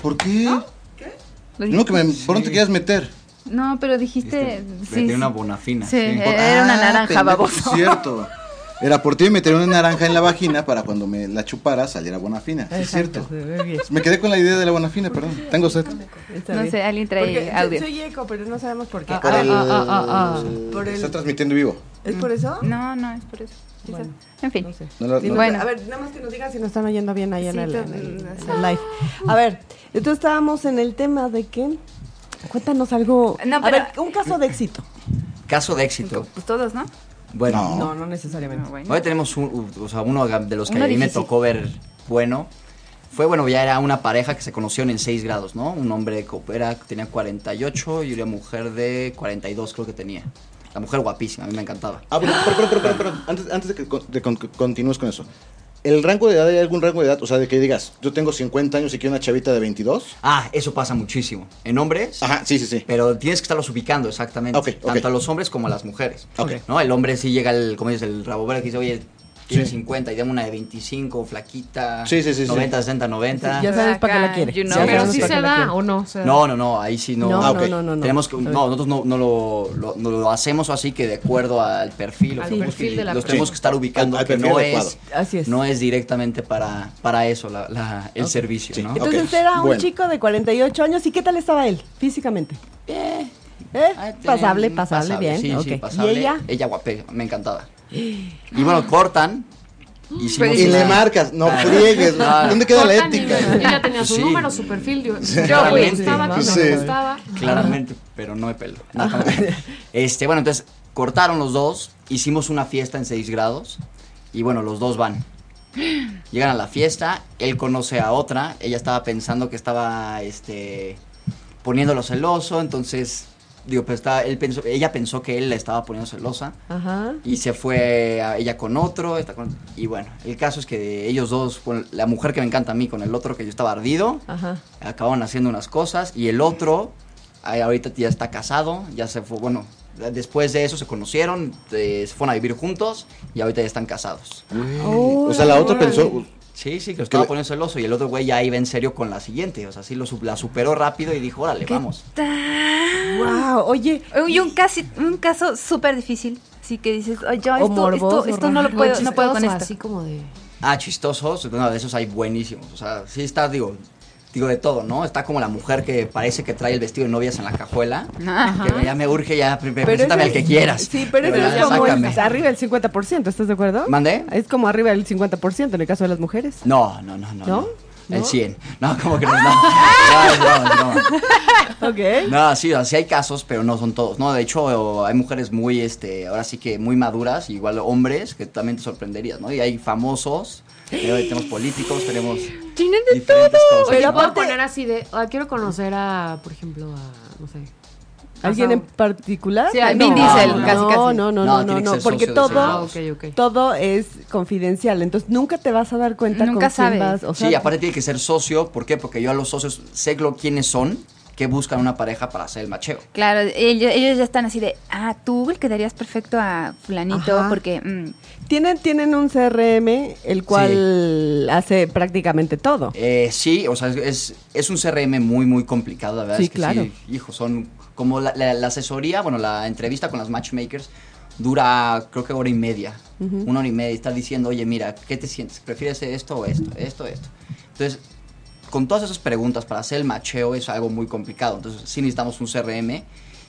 Speaker 7: ¿Por qué?
Speaker 5: Lo
Speaker 7: Ni modo que
Speaker 5: dijiste-
Speaker 7: me, por dónde te quieras meter.
Speaker 5: No, pero dijiste. este, sí,
Speaker 9: Tiene
Speaker 5: sí.
Speaker 9: una bonafina.
Speaker 5: Sí,
Speaker 9: sí.
Speaker 5: eh. Era una naranja,
Speaker 7: Ah, pendejo,
Speaker 5: baboso.
Speaker 7: Cierto. Era por ti me meter una naranja en la vagina para cuando me la chuparas, saliera bonafina. Sí, es cierto.
Speaker 4: Muy bien.
Speaker 7: Me quedé con la idea de la bonafina, perdón. Tengo sed.
Speaker 4: Está
Speaker 5: No
Speaker 4: bien.
Speaker 5: sé, alguien trae
Speaker 11: Porque se-
Speaker 5: audio.
Speaker 11: se oye eco, pero no sabemos por qué.
Speaker 7: Por el- Mm.
Speaker 6: ah, ah, ah,
Speaker 11: Por el-
Speaker 7: Está transmitiendo en vivo.
Speaker 11: ¿Es por eso?
Speaker 5: No, no, es por eso. Quizá. en fin.
Speaker 4: No sé.
Speaker 7: No lo-
Speaker 4: Sí,
Speaker 7: no-
Speaker 5: Bueno.
Speaker 11: A ver, nada más que nos digan si nos están oyendo bien ahí en
Speaker 5: Sí,
Speaker 11: el,
Speaker 5: pero-
Speaker 11: en el- en el
Speaker 4: live.
Speaker 11: live.
Speaker 4: A ver, entonces estábamos en el tema de que. Cuéntanos algo.
Speaker 5: No,
Speaker 4: A
Speaker 5: pero-
Speaker 4: ver, un caso de éxito.
Speaker 9: Caso de éxito.
Speaker 5: Pues todos, ¿no?
Speaker 9: Bueno,
Speaker 7: No.
Speaker 4: No, no necesariamente.
Speaker 5: No, bueno.
Speaker 9: Ahora tenemos un- u- o sea, uno de los que
Speaker 5: Uno
Speaker 9: a mí me
Speaker 5: difícil.
Speaker 9: tocó ver bueno. Fue bueno, ya era una pareja que se conocieron en 6 grados, ¿no? Un hombre co- era, tenía 48 y una mujer de 42 creo que tenía. La mujer guapísima, a mí me encantaba.
Speaker 7: Ah, pero, pero, pero, pero, pero, pero,
Speaker 9: Ah.
Speaker 7: antes, antes de que, con- de con- que continúes con eso. ¿El rango de edad, hay algún rango de edad? O sea, de que digas, yo tengo 50 años y quiero una chavita de 22.
Speaker 9: Ah, eso pasa muchísimo. En hombres,
Speaker 7: Ajá, sí, sí, sí.
Speaker 9: pero tienes que estarlos ubicando exactamente.
Speaker 7: Ah. Ok, ok.
Speaker 9: Tanto a los hombres como a las mujeres.
Speaker 7: Ok.
Speaker 9: ¿No? El hombre sí llega el, como dices, el rabobero que dice, oye, tiene
Speaker 7: Sí.
Speaker 9: 50 y dame una de 25, flaquita.
Speaker 7: Sí, sí, sí, sí.
Speaker 9: 90, 60, 90.
Speaker 4: Ya sabes para qué la
Speaker 5: Acá,
Speaker 4: quiere.
Speaker 5: you know.
Speaker 4: Ya
Speaker 6: Pero
Speaker 4: sabemos
Speaker 6: sí
Speaker 4: para
Speaker 6: se
Speaker 4: qué la
Speaker 6: da
Speaker 4: quiere.
Speaker 6: o no. se da.
Speaker 9: No, no, no, ahí sí no.
Speaker 4: No,
Speaker 7: Ah, ok.
Speaker 4: no, no, no, no.
Speaker 9: Tenemos que, no, nosotros no, no lo, lo- no lo hacemos así que de acuerdo al perfil, o
Speaker 6: Al
Speaker 9: tenemos
Speaker 6: perfil
Speaker 9: que-
Speaker 6: de la
Speaker 9: los tenemos
Speaker 7: persona.
Speaker 9: que estar ubicando
Speaker 7: Al- al
Speaker 9: que
Speaker 7: perfil
Speaker 9: no
Speaker 7: adecuado.
Speaker 9: es,
Speaker 4: Así es.
Speaker 9: no es directamente para, para eso la- la- el servicio,
Speaker 7: Sí.
Speaker 9: ¿no?
Speaker 7: Ok.
Speaker 4: Entonces era un
Speaker 7: Bueno.
Speaker 4: chico de 48 años. ¿Y qué tal estaba él físicamente? ¿Eh?
Speaker 9: Ah, ten-
Speaker 4: Pasable, pasable, bien.
Speaker 9: Sí, sí,
Speaker 4: ok.
Speaker 9: pasable.
Speaker 4: ¿Y ella?
Speaker 9: Ella guapé, me encantaba. Y bueno, cortan. Hicimos
Speaker 7: Y le
Speaker 9: una-
Speaker 7: marcas, no
Speaker 9: Ah,
Speaker 7: friegues.
Speaker 9: claro.
Speaker 7: ¿Dónde queda la
Speaker 6: Cortan y-
Speaker 7: ética?
Speaker 6: Yo ya tenía su
Speaker 9: Sí.
Speaker 6: número, su perfil. Yo,
Speaker 9: Yo
Speaker 6: me
Speaker 9: fui.
Speaker 6: gustaba, que
Speaker 7: Sí.
Speaker 6: no me gustaba.
Speaker 9: Claramente, pero no me pelo. No, no. este, bueno, entonces cortaron los dos, hicimos una fiesta en 6 grados y bueno, los dos van. Llegan a la fiesta, él conoce a otra, ella estaba pensando que estaba este poniéndolo celoso, entonces digo, pero estaba- él pensó, ella pensó que él la estaba poniendo celosa
Speaker 4: Ajá.
Speaker 9: y se fue a ella con otro, esta con- y bueno, el caso es que ellos dos, con la mujer que me encanta a mí con el otro que yo estaba ardido,
Speaker 4: Ajá.
Speaker 9: acabaron haciendo unas cosas y el otro ay, ahorita ya está casado, ya se fue, bueno, después de eso se conocieron, eh, se fueron a vivir juntos y ahorita ya están casados.
Speaker 7: O sea, la otra pensó,
Speaker 9: Sí, sí, que lo estaba poniendo celoso y el otro güey ya iba en serio con la siguiente, o sea, sí lo, su- la superó rápido y dijo, órale, vamos.
Speaker 4: Wow, oye.
Speaker 5: Y un, casi, un caso súper difícil. Así que dices, "Ay,
Speaker 9: Oh,
Speaker 5: yo
Speaker 4: O
Speaker 5: esto,
Speaker 4: morboso,
Speaker 5: esto, esto no lo
Speaker 4: raro,
Speaker 5: puedo, no puedo con
Speaker 6: Chistoso,
Speaker 5: esto.
Speaker 6: Así como de...
Speaker 9: Ah, chistosos, bueno, de esos hay buenísimos, o sea, sí está, digo, digo de todo, ¿no? Está como la mujer que parece que trae el vestido de novias en la cajuela, que ya me urge, ya, pre- preséntame
Speaker 4: ese
Speaker 9: al que
Speaker 4: es-
Speaker 9: quieras.
Speaker 4: Sí, pero eso
Speaker 9: Ya,
Speaker 4: es
Speaker 9: ya
Speaker 4: como
Speaker 9: sácame.
Speaker 4: el- arriba del 50%, ¿estás de acuerdo?
Speaker 9: ¿Mandé?
Speaker 4: Es como arriba del 50% en el caso de las mujeres.
Speaker 9: No, no, no, no.
Speaker 4: ¿No?
Speaker 9: no. El 100. No, como que no. No, no, no.
Speaker 4: Ok.
Speaker 9: No, sí, así hay casos, pero no son todos. No, de hecho, hay mujeres muy, este, ahora sí que muy maduras, igual hombres, que también te sorprenderías, ¿no? Y hay famosos, eh, tenemos políticos, tenemos
Speaker 5: Tienen de
Speaker 9: diferentes
Speaker 5: todo.
Speaker 9: cosas.
Speaker 6: Oye,
Speaker 4: Pero
Speaker 6: puedo
Speaker 4: aparte-
Speaker 6: poner así de... ah, quiero conocer a, por ejemplo, a... No sé.
Speaker 4: ¿Alguien en particular?
Speaker 6: Sí, Vin Diesel, casi, casi.
Speaker 4: No, no, no,
Speaker 9: No,
Speaker 4: no, no,
Speaker 9: tiene que
Speaker 4: no,
Speaker 9: ser
Speaker 4: porque
Speaker 9: socio de
Speaker 4: todo,
Speaker 9: Senados.
Speaker 6: Ah, ok, ok.
Speaker 4: todo es confidencial, entonces nunca te vas a dar cuenta
Speaker 5: Nunca
Speaker 4: con quién
Speaker 5: sabes.
Speaker 4: vas, o sea,
Speaker 9: sí, aparte tiene que ser socio. ¿Por qué? Porque yo a los socios sé lo- quiénes son, que buscan una pareja para hacer el macheo.
Speaker 5: Claro, ellos, ellos ya están así de, ah, tú le quedarías perfecto a fulanito
Speaker 4: Ajá.
Speaker 5: porque... mm,
Speaker 4: tienen tienen un CRM el cual hace prácticamente todo.
Speaker 9: Eh, sí, o sea, es, es un CRM muy, muy complicado, la verdad.
Speaker 4: Sí,
Speaker 9: es que
Speaker 4: claro.
Speaker 9: sí, hijo, son como la, la- la asesoría, bueno, la entrevista con las matchmakers dura creo que hora y media, una hora y media, y estás diciendo, oye, mira, ¿qué te sientes? ¿Prefieres esto o esto? Esto, esto. Entonces, con todas esas preguntas para hacer el macheo es algo muy complicado, entonces sí necesitamos un CRM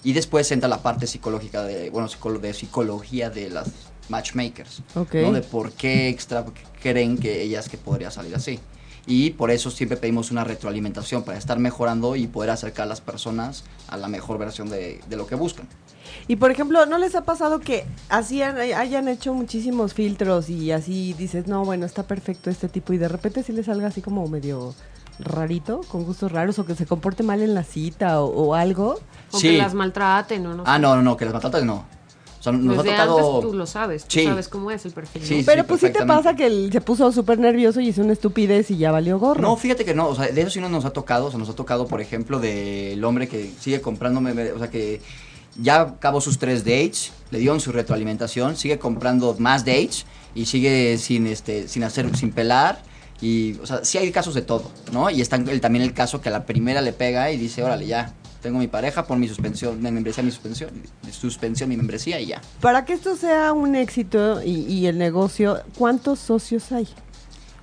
Speaker 9: y después entra la parte psicológica de, bueno, psicolo- de psicología de las matchmakers.
Speaker 4: Ok.
Speaker 9: ¿no? De por qué extra creen que ellas que podría salir así. Y por eso siempre pedimos una retroalimentación para estar mejorando y poder acercar a las personas a la mejor versión de, de lo que buscan.
Speaker 4: Y por ejemplo, ¿no les ha pasado que hacían, hayan hecho muchísimos filtros y así dices, no, bueno, está perfecto este tipo y de repente sí le salga así como medio rarito, con gustos raros o que se comporte mal en la cita o, o algo?
Speaker 6: O
Speaker 9: Sí.
Speaker 6: que las maltraten o no.
Speaker 9: Ah, no, no, no, que las matatas no. O sea, nos
Speaker 6: Desde
Speaker 9: ha tocado...
Speaker 6: antes tú lo sabes, tú
Speaker 9: Sí.
Speaker 6: sabes cómo es el perfil.
Speaker 9: Sí,
Speaker 6: ¿no?
Speaker 4: Pero pues sí te
Speaker 9: perfectamente.
Speaker 4: pasa que él se puso súper nervioso y hizo una estupidez y ya valió gorro.
Speaker 9: No, fíjate que no, o sea, de eso sí no nos ha tocado, o sea, nos ha tocado, por ejemplo, del hombre que sigue comprándome, o sea, que ya acabó sus tres dates, le dieron su retroalimentación, sigue comprando más dates y sigue sin, este, sin hacer, sin pelar. Y, o sea, sí hay casos de todo, ¿no? Y está el- también el caso que a la primera le pega y dice, órale, ya, tengo mi pareja, pon mi suspensión, mi membresía, mi suspensión, mi suspensión, mi membresía y ya.
Speaker 4: Para que esto sea un éxito y, y el negocio, ¿cuántos socios hay?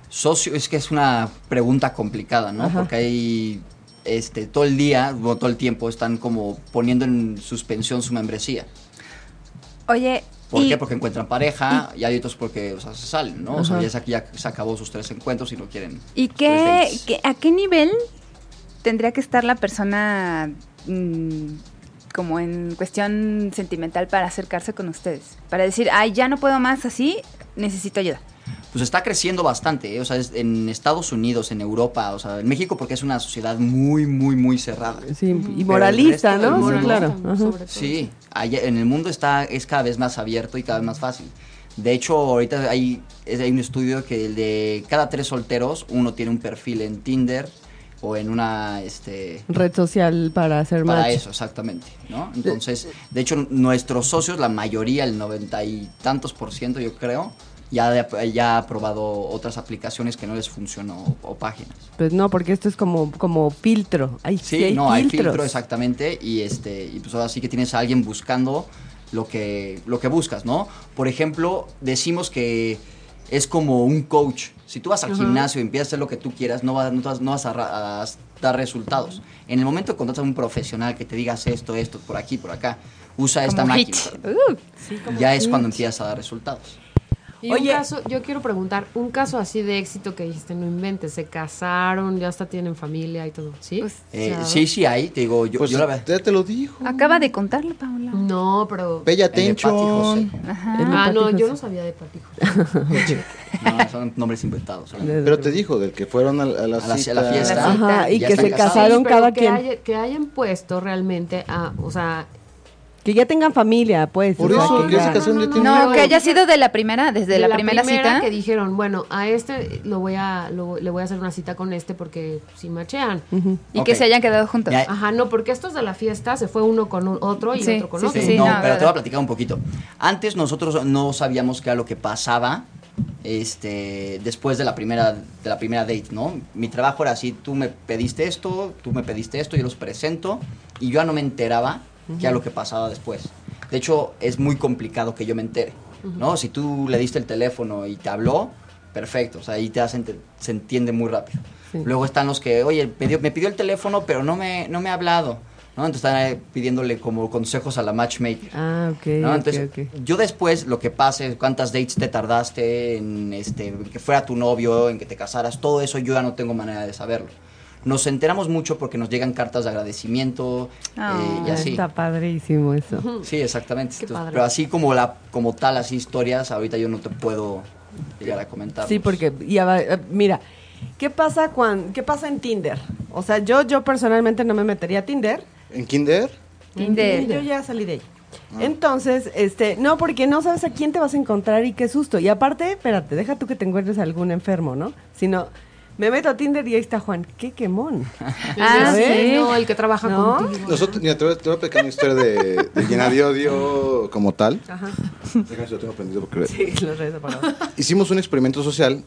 Speaker 9: Socio, es que es una pregunta complicada, ¿no?
Speaker 4: Ajá.
Speaker 9: Porque hay este, todo el día, o todo el tiempo, están como poniendo en suspensión su membresía.
Speaker 5: Oye,
Speaker 9: ¿Por
Speaker 5: y-
Speaker 9: qué? Porque encuentran pareja y hay otros porque o sea, se salen, ¿no? O sea,
Speaker 4: Ajá.
Speaker 9: ya, se- ya se acabó sus tres encuentros y no quieren.
Speaker 5: ¿Y
Speaker 9: tres
Speaker 5: qué,
Speaker 9: dates.
Speaker 5: qué- a qué nivel tendría que estar la persona mm, como en cuestión sentimental para acercarse con ustedes? Para decir, ay, ya no puedo más así, necesito ayuda.
Speaker 9: Pues está creciendo bastante, ¿eh? o sea, es en Estados Unidos, en Europa, o sea, en México porque es una sociedad muy, muy, muy cerrada.
Speaker 4: Sí, y moralista,
Speaker 9: Mm. resto del
Speaker 4: ¿no? Sí,
Speaker 9: mundo-
Speaker 4: claro. Ajá.
Speaker 6: Sobre todo.
Speaker 9: Sí, allá en el mundo está, es cada vez más abierto y cada vez más fácil. De hecho, ahorita hay, es- hay un estudio que de cada tres solteros, uno tiene un perfil en Tinder o en una, este,
Speaker 4: Red social para hacer
Speaker 9: para
Speaker 4: match.
Speaker 9: eso, exactamente, ¿no? Entonces, de hecho, nuestros socios, la mayoría, el noventa y tantos por ciento, yo creo, ya, de- ya ha probado otras aplicaciones que no les funcionó o páginas.
Speaker 4: Pues no, porque esto es como, como filtro. Ay,
Speaker 9: Sí,
Speaker 4: sí hay
Speaker 9: no, hay filtro
Speaker 4: filtros.
Speaker 9: exactamente y este y pues ahora sí que tienes a alguien buscando lo que lo que buscas, ¿no? Por ejemplo, decimos que es como un coach. Si tú vas al gimnasio y empiezas a hacer lo que tú quieras, no vas, no vas, no vas a, ra- a dar resultados. En el momento que contratas a un profesional que te digas esto, esto, por aquí, por acá, usa esta
Speaker 5: Como hit.
Speaker 9: máquina.
Speaker 5: Uh,
Speaker 9: ya es cuando empiezas a dar resultados.
Speaker 6: Y
Speaker 4: Oye.
Speaker 6: un caso, yo quiero preguntar, un caso así de éxito que dijiste, no inventes, se casaron, ya hasta tienen familia y todo, ¿sí?
Speaker 5: Pues,
Speaker 9: Eh,
Speaker 6: Ya.
Speaker 9: sí, sí, ahí te digo, yo,
Speaker 7: Pues
Speaker 9: yo la verdad.
Speaker 7: ya te lo dijo.
Speaker 5: acaba de contarlo, Paola.
Speaker 6: No, pero...
Speaker 7: Bella
Speaker 9: el de Pati José.
Speaker 7: Attention.
Speaker 5: Ajá.
Speaker 4: El-
Speaker 6: Ah, no,
Speaker 4: Patijos.
Speaker 6: yo no sabía de patijos.
Speaker 9: No, son nombres inventados. solamente.
Speaker 7: Pero te dijo, del que fueron a, la- a la,
Speaker 9: A la-
Speaker 7: cita.
Speaker 9: a la fiesta.
Speaker 4: Ajá, y
Speaker 9: Ya
Speaker 4: que
Speaker 9: están
Speaker 4: se
Speaker 9: casados.
Speaker 4: casaron
Speaker 6: pero
Speaker 4: cada
Speaker 6: que
Speaker 4: quien.
Speaker 6: haya- que hayan puesto realmente a, o sea...
Speaker 4: Que ya tengan familia, pues.
Speaker 7: Por
Speaker 4: o sea,
Speaker 7: eso,
Speaker 4: que
Speaker 7: que
Speaker 4: ya-
Speaker 7: se casaron, ya tienen-
Speaker 5: No,
Speaker 6: no,
Speaker 5: que haya
Speaker 6: dije-
Speaker 5: sido de la primera, desde
Speaker 6: de
Speaker 5: la, primera, cita.
Speaker 6: que dijeron, bueno, a este lo voy a, lo- le voy a hacer una cita con este porque si machean.
Speaker 5: Y
Speaker 9: Ok.
Speaker 5: que se hayan quedado juntos.
Speaker 9: Ya,
Speaker 6: Ajá, no, porque estos de la fiesta se fue uno con un- otro y
Speaker 5: Sí,
Speaker 6: otro con
Speaker 5: sí,
Speaker 6: otro.
Speaker 5: sí, sí.
Speaker 9: no,
Speaker 5: no,
Speaker 9: pero te
Speaker 5: verdad.
Speaker 9: voy a platicar un poquito. Antes nosotros no sabíamos qué era lo que pasaba este, después de la, primera, de la primera date, ¿no? Mi trabajo era así, tú me pediste esto, tú me pediste esto, yo los presento y yo ya no me enteraba qué era lo que pasaba después. De hecho, es muy complicado que yo me entere, ¿no? Si tú le diste el teléfono y te habló, perfecto, o sea, ahí te das ente- se entiende muy rápido. Luego están los que, oye, me dio- me pidió el teléfono, pero no me, no me ha hablado. ¿no? Entonces están eh, pidiéndole como consejos a la matchmaker.
Speaker 4: Ah, ok.
Speaker 9: ¿no?
Speaker 4: ok,
Speaker 9: Entonces,
Speaker 4: ok.
Speaker 9: yo después lo que pase, cuántas dates te tardaste en este, en que fuera tu novio, en que te casaras, todo eso yo ya no tengo manera de saberlo. Nos enteramos mucho porque nos llegan cartas de agradecimiento eh, y
Speaker 5: Ah,
Speaker 9: así.
Speaker 4: Está padrísimo eso.
Speaker 9: Sí, exactamente.
Speaker 6: Qué
Speaker 9: Entonces,
Speaker 6: padre.
Speaker 9: pero así como la como tal, así historias, ahorita yo no te puedo llegar a comentar.
Speaker 4: Sí, porque ya va- eh, mira, ¿qué pasa cuando qué pasa en Tinder? O sea, yo yo personalmente no me metería a Tinder.
Speaker 7: ¿En Kinder?
Speaker 5: Tinder.
Speaker 4: Yo ya salí de ahí. Entonces, este, no, porque no sabes a quién te vas a encontrar y qué susto. Y aparte, espérate, deja tú que te encuentres a algún enfermo, ¿no? Sino, me meto a Tinder y ahí está Juan. ¡Qué quemón!
Speaker 6: Ah,
Speaker 4: ¿Sabes?
Speaker 6: sí, no, el que trabaja
Speaker 4: ¿No?
Speaker 6: contigo.
Speaker 7: Nosotros, mira, te voy a, te voy a platicar una historia de, de llenar de odio como tal.
Speaker 4: Ajá.
Speaker 7: Déjame si lo tengo prendido porque
Speaker 4: Sí, los redes separados.
Speaker 7: hicimos un experimento social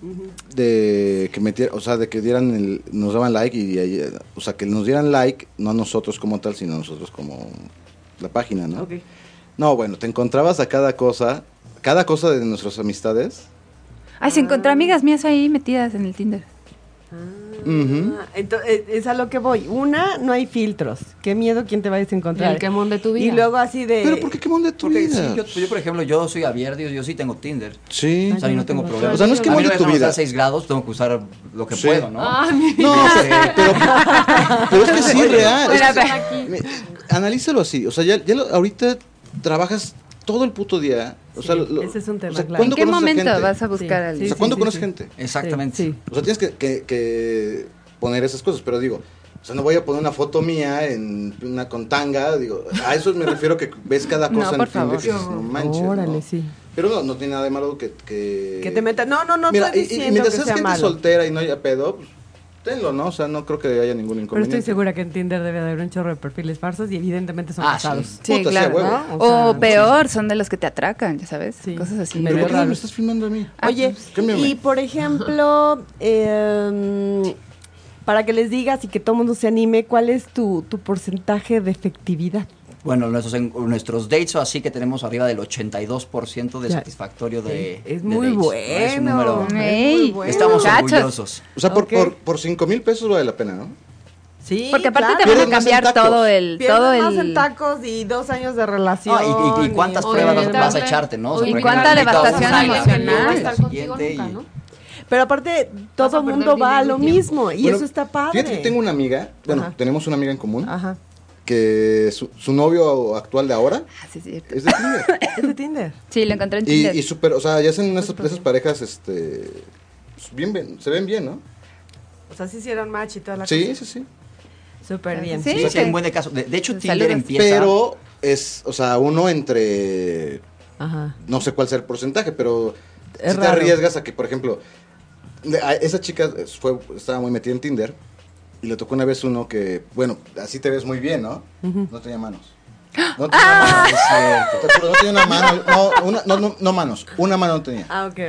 Speaker 7: de que metier- o sea, de que dieran el- nos daban like y ahí, eh, o sea, que nos dieran like no a nosotros como tal, sino a nosotros como la página, ¿no?
Speaker 4: Ok.
Speaker 7: No, bueno, te encontrabas a cada cosa, cada cosa de nuestras amistades.
Speaker 5: Ay, se encontró amigas mías ahí metidas en el Tinder.
Speaker 7: Ujú.
Speaker 4: Ah, Entonces, es a lo que voy. Una, no hay filtros. Qué miedo quién te vayas a encontrar.
Speaker 6: El quemón de tu vida.
Speaker 4: Y luego así de...
Speaker 7: Pero ¿por qué quemón de tu
Speaker 9: Porque sí,
Speaker 7: vida?
Speaker 9: yo, Pues yo, por ejemplo, yo soy abierto, yo, yo sí tengo Tinder.
Speaker 7: Sí.
Speaker 9: O sea, yo no tengo problema.
Speaker 7: O sea, no es que
Speaker 9: A mí
Speaker 7: molde
Speaker 9: me
Speaker 7: tu
Speaker 9: dejan usar
Speaker 7: vida.
Speaker 9: 6 grados, tengo que usar lo que
Speaker 7: Sí.
Speaker 9: puedo, ¿no?
Speaker 6: Ah, mi-
Speaker 7: No,
Speaker 9: Sí.
Speaker 7: pero, pero es que sí es real.
Speaker 5: Fuera,
Speaker 7: Es que-
Speaker 5: fuera
Speaker 7: me- analízalo así. O sea, ya, ya lo- ahorita trabajas todo el puto día. O sea,
Speaker 4: Sí,
Speaker 7: lo-
Speaker 4: ese es un tema,
Speaker 7: o sea,
Speaker 4: claro.
Speaker 5: ¿En
Speaker 7: ¿cuándo
Speaker 5: qué
Speaker 7: conoces
Speaker 5: momento
Speaker 7: gente?
Speaker 5: vas a buscar a
Speaker 4: Sí,
Speaker 7: O
Speaker 5: alguien?
Speaker 7: sea, ¿cuándo
Speaker 4: sí,
Speaker 7: conoces
Speaker 4: sí.
Speaker 7: gente?
Speaker 9: Exactamente.
Speaker 4: Sí.
Speaker 7: O sea, tienes que, que- que poner esas cosas, pero digo, o sea, no voy a poner una foto mía en una contanga, digo, a eso me refiero que ves cada
Speaker 5: No,
Speaker 7: cosa
Speaker 5: por
Speaker 7: en Tinder,
Speaker 5: favor.
Speaker 7: y dices, no manches. ¿no?".
Speaker 4: Órale, sí.
Speaker 7: Pero no, no tiene nada de malo que... Que,
Speaker 4: Que te metas... No, no, no
Speaker 7: Mira,
Speaker 4: estoy
Speaker 7: y- y,
Speaker 4: diciendo
Speaker 7: mientras
Speaker 4: que
Speaker 7: seas
Speaker 4: sea
Speaker 7: gente
Speaker 4: malo.
Speaker 7: soltera y no haya pedo, pues, tenlo, ¿no? O sea, no creo que haya ningún
Speaker 4: Pero
Speaker 7: inconveniente.
Speaker 4: estoy segura que en Tinder debe de haber un chorro de perfiles falsos y evidentemente son
Speaker 9: Ah,
Speaker 4: casados.
Speaker 5: Sí,
Speaker 7: Puta,
Speaker 5: claro.
Speaker 7: sea huevo.
Speaker 4: ¿no?
Speaker 5: O,
Speaker 4: sea,
Speaker 5: peor, son de los que te atracan, ya sabes.
Speaker 4: Sí.
Speaker 5: Cosas así.
Speaker 4: Pero
Speaker 7: Pero
Speaker 5: medio
Speaker 7: ¿por qué me
Speaker 5: raras.
Speaker 7: estás filmando a mí?
Speaker 4: Oye,
Speaker 7: Ah, pues, Cámbiame.
Speaker 4: Ah, pues, y por ejemplo, eh, para que les digas y que todo el mundo se anime, ¿cuál es tu, tu porcentaje de efectividad?
Speaker 9: Bueno, nuestros, en- nuestros dates o así que tenemos arriba del 82% de
Speaker 4: Ya.
Speaker 9: satisfactorio de.
Speaker 4: es
Speaker 9: de
Speaker 4: muy
Speaker 9: dates.
Speaker 4: bueno.
Speaker 9: Es un número.
Speaker 4: es muy
Speaker 5: Ey,
Speaker 4: bueno.
Speaker 9: Estamos
Speaker 5: Gachos.
Speaker 9: orgullosos.
Speaker 7: O sea, por,
Speaker 4: Ok.
Speaker 7: por, por 5 mil pesos vale la pena, ¿no?
Speaker 4: Sí,
Speaker 5: Porque aparte te van
Speaker 7: Pierden
Speaker 5: a
Speaker 7: más en
Speaker 5: cambiar
Speaker 7: tacos.
Speaker 5: todo el...
Speaker 4: Pierdes
Speaker 5: Todo
Speaker 4: más en
Speaker 5: el...
Speaker 4: tacos y dos años de relación.
Speaker 9: Ah, y- y- y cuántas
Speaker 4: o-
Speaker 9: pruebas
Speaker 4: Oye,
Speaker 9: vas a echarte, ¿no? O sea,
Speaker 5: Y
Speaker 9: porque
Speaker 5: cuánta
Speaker 9: te invitas a
Speaker 5: devastación
Speaker 9: salir,
Speaker 5: emocional.
Speaker 9: al
Speaker 5: Va a
Speaker 9: día
Speaker 5: estar
Speaker 9: siguiente y-
Speaker 4: Pero aparte,
Speaker 6: Vas a
Speaker 4: todo el
Speaker 6: perder
Speaker 4: mundo va a
Speaker 6: dinero
Speaker 4: lo
Speaker 6: y tiempo.
Speaker 4: mismo y
Speaker 7: Bueno,
Speaker 4: eso está padre.
Speaker 7: Fíjate que tengo una amiga, bueno,
Speaker 4: Ajá.
Speaker 7: tenemos una amiga en común,
Speaker 4: Ajá.
Speaker 7: que su, su novio actual de ahora
Speaker 5: Ah, sí, es cierto.
Speaker 7: es de Tinder.
Speaker 4: Es de Tinder.
Speaker 5: Sí, lo encontré en
Speaker 7: y,
Speaker 5: Tinder.
Speaker 7: y super, o sea, ya hacen unas esas parejas, este, bien, bien- se ven bien, ¿no?
Speaker 4: O sea, sí hicieron match y toda la
Speaker 7: Sí, sí, sí.
Speaker 4: cosa. Súper bien.
Speaker 5: Sí.
Speaker 9: O sea, es que hay un buen de caso. De, de
Speaker 4: Pues
Speaker 9: hecho, Tinder
Speaker 5: Saludos.
Speaker 9: empieza.
Speaker 7: Pero es, o sea, uno entre,
Speaker 4: Ajá.
Speaker 7: no sé cuál sea el porcentaje, pero
Speaker 4: Es
Speaker 7: si te
Speaker 4: raro.
Speaker 7: arriesgas a que, por ejemplo, de- a- esa chica eh, fue, estaba muy metida en Tinder y le tocó una vez uno que, bueno, así te ves muy bien, ¿no? No tenía manos. No tenía manos. Te juro, no tenía una mano. No, una- no, no, no manos. Una mano no tenía.
Speaker 4: Ah, ok, ok,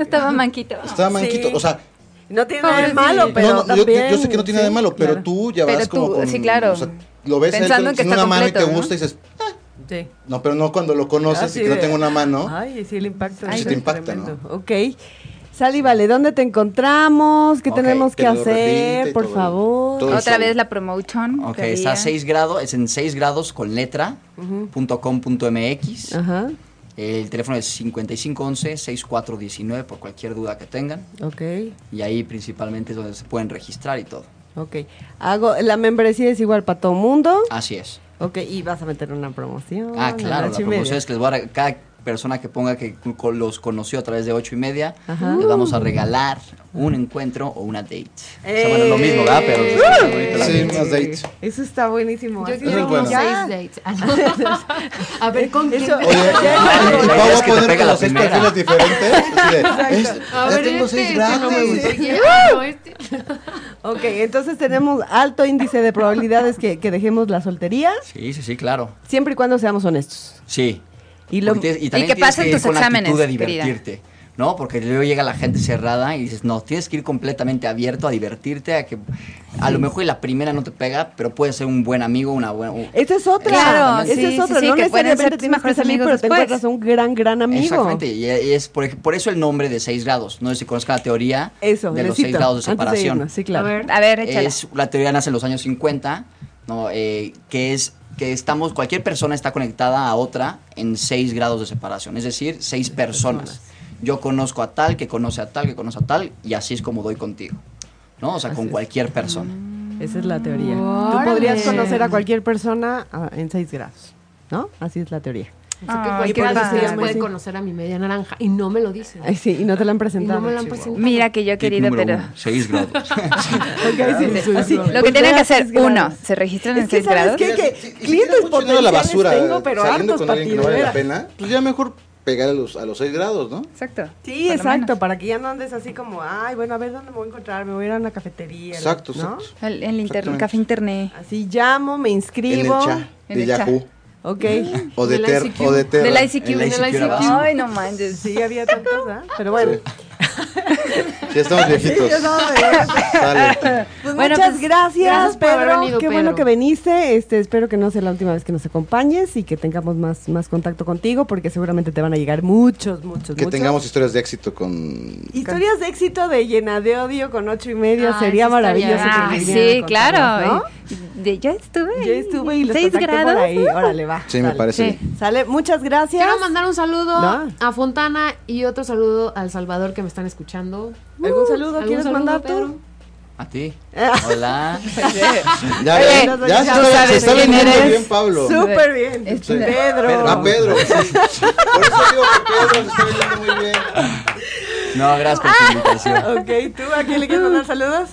Speaker 5: Estaba manquito.
Speaker 7: Estaba manquito.
Speaker 4: Sí.
Speaker 7: O sea, eh,
Speaker 4: No tiene nada de
Speaker 5: Pobrecito.
Speaker 4: malo, pero
Speaker 7: no, no, yo-
Speaker 4: también...
Speaker 7: yo, sé que no tiene nada de malo, pero tú ya
Speaker 5: Pero
Speaker 7: vas como
Speaker 5: tú,
Speaker 7: con-
Speaker 5: sí, claro.
Speaker 7: o sea, lo ves a él
Speaker 5: Pensando
Speaker 7: con-
Speaker 5: en que
Speaker 7: sin
Speaker 5: está
Speaker 7: una mano y te
Speaker 5: completo, ¿no?
Speaker 7: gusta y dices,
Speaker 4: Sí.
Speaker 7: no, pero no cuando lo conoces
Speaker 4: Así
Speaker 7: y que no
Speaker 4: de-
Speaker 7: tengo una mano.
Speaker 4: Ay, sí, el impacto.
Speaker 5: Ay,
Speaker 4: es
Speaker 5: sí te
Speaker 7: impacta, ¿no?
Speaker 4: tremendo. Ok. Sali, vale, ¿dónde te encontramos? ¿Qué
Speaker 7: Ok,
Speaker 4: tenemos
Speaker 7: que
Speaker 4: que
Speaker 7: lo repite
Speaker 4: hacer?
Speaker 7: y
Speaker 4: Por
Speaker 7: todo el-
Speaker 4: favor.
Speaker 7: todo el
Speaker 5: Otra
Speaker 7: show.
Speaker 5: vez la promotion.
Speaker 9: Ok,
Speaker 5: que
Speaker 9: está a
Speaker 5: había.
Speaker 9: 6 grados, es en 6 grados con letra, punto com, punto mx.
Speaker 4: Ajá,
Speaker 9: El teléfono es 5511-6419 por cualquier duda que tengan.
Speaker 4: ok,
Speaker 9: Y ahí principalmente es donde se pueden registrar y todo.
Speaker 4: ok. Hago, la membresía es igual para todo mundo.
Speaker 7: Ah.
Speaker 9: Así es.
Speaker 4: Ok, y vas a meter una promoción.
Speaker 9: Ah, claro,
Speaker 4: ocho
Speaker 9: la
Speaker 4: y media.
Speaker 9: promoción es que les voy a reg- cada persona que ponga que cu- co- los conoció a través de ocho y media,
Speaker 4: Ajá.
Speaker 9: les vamos a regalar un encuentro o una date.
Speaker 4: Eh.
Speaker 9: O sea, bueno, es lo mismo, ¿verdad? Pero
Speaker 6: ¡Eh!
Speaker 9: está bonito la
Speaker 7: Sí,
Speaker 9: date.
Speaker 7: más dates.
Speaker 4: Eso está buenísimo.
Speaker 6: Yo
Speaker 4: Así
Speaker 6: quiero
Speaker 7: es
Speaker 4: como
Speaker 7: bueno.
Speaker 6: unos
Speaker 4: ya.
Speaker 6: seis dates. Ah, no. A ver, ¿con quién?
Speaker 4: Eso-
Speaker 7: Oye,
Speaker 4: Ya, ya,
Speaker 7: ¿y
Speaker 4: ya.
Speaker 7: ¿cómo voy
Speaker 9: Es
Speaker 7: a
Speaker 9: que te
Speaker 7: poner
Speaker 9: pega la
Speaker 7: los seis
Speaker 9: primera.
Speaker 7: perfiles diferentes? Así de, es-
Speaker 6: A
Speaker 7: ya
Speaker 6: ver,
Speaker 7: tengo
Speaker 6: este,
Speaker 7: seis
Speaker 6: este no me
Speaker 7: gratis.
Speaker 6: gustó, y este no, este.
Speaker 4: Ok, entonces tenemos alto índice de probabilidades que, que dejemos la soltería,
Speaker 9: Sí, sí, sí, claro.
Speaker 4: siempre y cuando seamos honestos.
Speaker 9: Sí.
Speaker 4: Y lo,
Speaker 9: Porque tienes-
Speaker 5: y
Speaker 9: también
Speaker 5: que
Speaker 9: tienes
Speaker 5: pasen
Speaker 9: ir
Speaker 5: tus
Speaker 9: con la actitud
Speaker 5: exámenes,
Speaker 9: de
Speaker 5: querida.
Speaker 9: divertirte, ¿no? Porque luego llega la gente cerrada y dices, no, tienes que ir completamente abierto a divertirte, a que a lo mejor y la primera no te pega, pero puede ser un buen amigo, una buena... un-
Speaker 4: Esa es otra.
Speaker 5: Claro,
Speaker 4: esa
Speaker 5: sí,
Speaker 4: es otra.
Speaker 5: sí, sí,
Speaker 4: no
Speaker 5: que pueden ser
Speaker 4: necesariamente
Speaker 5: tus
Speaker 4: tienes que
Speaker 5: mejores
Speaker 4: salir,
Speaker 5: amigos
Speaker 4: pero te
Speaker 5: después.
Speaker 4: encuentras a un gran, gran amigo.
Speaker 9: Exactamente, y es por, ej- por eso el nombre de 6 grados. No sé si conozcan la teoría
Speaker 4: Eso,
Speaker 9: de los
Speaker 4: Lecito,
Speaker 9: 6 grados de
Speaker 4: antes de
Speaker 9: separación.
Speaker 4: irnos, sí, claro.
Speaker 6: A ver.
Speaker 5: A ver, échala.
Speaker 9: Es- la teoría nace en los años 50, ¿no? Eh, que es que estamos, cualquier persona está conectada a otra en 6 grados de separación, es decir, 6 personas. Yo conozco a tal, que conoce a tal, que conoce a tal, y así es como doy contigo. ¿no? O sea,
Speaker 4: Así
Speaker 9: con
Speaker 4: es. Mm.
Speaker 9: cualquier persona.
Speaker 4: Esa es la teoría. Tú
Speaker 6: Órale.
Speaker 4: podrías conocer a cualquier persona ah, en 6 grados, ¿no? Así es la teoría.
Speaker 6: Así que
Speaker 5: Ay,
Speaker 6: cualquiera
Speaker 11: qué
Speaker 6: de ustedes
Speaker 11: padre.
Speaker 6: puede conocer a mi media naranja y no me lo dicen.
Speaker 4: Ay, sí, y no te la han
Speaker 6: Y no
Speaker 4: presentado.
Speaker 6: me lo han
Speaker 4: chihuahua.
Speaker 6: presentado.
Speaker 5: Mira que yo he
Speaker 9: Tip
Speaker 5: querido,
Speaker 9: número
Speaker 5: pero...
Speaker 9: uno, seis grados.
Speaker 4: Ok, sí, sí, Pues así,
Speaker 5: Lo que tienen que hacer,
Speaker 4: grados.
Speaker 5: uno, se registran en
Speaker 4: Es que,
Speaker 5: 6
Speaker 4: ¿sabes
Speaker 5: grados.
Speaker 4: qué? que
Speaker 7: Si- si
Speaker 4: clientes
Speaker 7: quieres mucho dinero a la
Speaker 4: potenciales
Speaker 7: basura
Speaker 4: tengo, pero
Speaker 7: saliendo
Speaker 4: hartos
Speaker 7: con
Speaker 4: pa'
Speaker 7: alguien que
Speaker 4: ti,
Speaker 7: no
Speaker 4: de
Speaker 7: vale la
Speaker 4: veras.
Speaker 7: pena, pues ya mejor pegar a los, a los 6 grados, ¿no?
Speaker 5: Exacto.
Speaker 4: Sí,
Speaker 5: Por lo
Speaker 4: exacto,
Speaker 5: menos.
Speaker 4: para que ya no andes así como, ay, bueno, a ver dónde me voy a encontrar, me voy a ir a una cafetería.
Speaker 7: Exacto,
Speaker 4: ¿no?
Speaker 7: exacto.
Speaker 5: El, el inter-
Speaker 7: Exactamente.
Speaker 5: café internet.
Speaker 4: Así llamo, me
Speaker 7: En el
Speaker 4: inscribo.
Speaker 7: chat
Speaker 5: En
Speaker 7: de
Speaker 5: el cha.
Speaker 7: Yahoo
Speaker 4: Ok.
Speaker 7: o de,
Speaker 6: Del
Speaker 7: ter,
Speaker 6: ICQ.
Speaker 7: o de Terra.
Speaker 5: Del ICQ.
Speaker 9: El ICQ
Speaker 5: Del
Speaker 9: era
Speaker 7: Ah.
Speaker 5: Ay, no manches.
Speaker 4: Sí, había tantas, ¿verdad? Pero bueno.
Speaker 7: Ya estamos viejitos.
Speaker 4: Ya estamos de-
Speaker 7: Sale.
Speaker 4: Pues
Speaker 5: Bueno,
Speaker 4: muchas
Speaker 5: pues,
Speaker 4: gracias,
Speaker 6: gracias por
Speaker 4: Pedro.
Speaker 6: haber venido,
Speaker 4: Qué
Speaker 6: Pedro.
Speaker 4: bueno que viniste. Este, espero que no sea la última vez que nos acompañes y que tengamos más, más contacto contigo, porque seguramente te van a llegar muchos, muchos,
Speaker 7: Que
Speaker 4: muchos.
Speaker 7: tengamos historias de éxito con
Speaker 4: Historias de éxito de llena de odio con ocho y media
Speaker 6: Ay,
Speaker 4: sería
Speaker 6: sí
Speaker 4: maravilloso.
Speaker 6: estaría-
Speaker 4: que
Speaker 5: Ah,
Speaker 4: nos vinieran
Speaker 5: sí,
Speaker 4: a
Speaker 5: claro.
Speaker 4: contarnos, ¿no?
Speaker 5: De, ya estuve.
Speaker 4: Yo estuve y los
Speaker 5: Seis
Speaker 4: contacté
Speaker 5: grados.
Speaker 4: por ahí.
Speaker 5: ¿no?
Speaker 4: Órale, va.
Speaker 7: Sí, me
Speaker 4: Sale.
Speaker 7: parece.
Speaker 5: Sí.
Speaker 4: Sale, muchas gracias.
Speaker 6: Quiero mandar un saludo
Speaker 4: No.
Speaker 6: a Fontana y otro saludo al Salvador que me están escuchando. Uh,
Speaker 4: ¿Algún saludo
Speaker 6: ¿Algún
Speaker 4: quieres
Speaker 6: saludo,
Speaker 4: mandar
Speaker 6: Pedro?
Speaker 4: tú?
Speaker 9: A ti. Hola.
Speaker 7: Ya,
Speaker 5: Oye,
Speaker 7: ya,
Speaker 4: tú
Speaker 7: ya se,
Speaker 5: sabes
Speaker 7: está, se está
Speaker 5: quién
Speaker 7: vendiendo
Speaker 5: eres.
Speaker 7: bien Pablo.
Speaker 4: Súper bien.
Speaker 5: Es-
Speaker 7: Sí.
Speaker 4: Pedro.
Speaker 7: Ah, Pedro. sí. Por eso digo que Pedro se está vendiendo muy bien. Pues
Speaker 9: No, gracias por tu invitación.
Speaker 4: Ok, ¿tú a quién le quieres mandar saludos?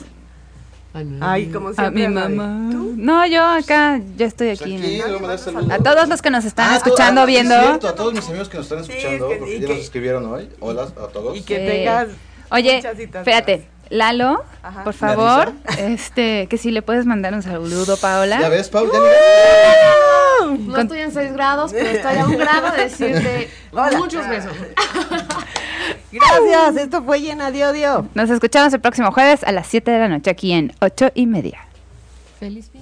Speaker 6: Ay, no.
Speaker 4: Ay, como
Speaker 5: A
Speaker 4: siempre.
Speaker 5: mi
Speaker 4: nadie.
Speaker 5: mamá. No, yo acá, yo estoy
Speaker 7: Pues
Speaker 5: aquí. en el-
Speaker 7: aquí le voy a mandar saludos.
Speaker 5: A todos los que nos están
Speaker 7: Ah, a to-
Speaker 5: escuchando,
Speaker 7: ah, sí,
Speaker 5: viendo.
Speaker 7: es cierto, a todos mis amigos que nos están
Speaker 4: Sí, es
Speaker 7: escuchando,
Speaker 4: que-
Speaker 7: porque
Speaker 4: y
Speaker 7: ya
Speaker 4: que-
Speaker 7: nos escribieron hoy. Hola a todos.
Speaker 4: Y que
Speaker 5: Sí.
Speaker 4: tengas.
Speaker 5: Oye,
Speaker 4: muchas citas
Speaker 5: espérate. Lalo,
Speaker 4: Ajá.
Speaker 5: por favor, este, que si le puedes mandar un saludo, Paola.
Speaker 7: ¿Ya ves, Pablo? Ya mira.
Speaker 6: No
Speaker 5: Con-
Speaker 6: estoy en 6 grados, pero estoy a un grado de decirte
Speaker 4: Hola.
Speaker 6: muchos besos.
Speaker 4: Gracias, esto fue llena de odio.
Speaker 5: Nos escuchamos el próximo jueves a las 7 de la noche aquí en 8 y media.
Speaker 6: Feliz fin.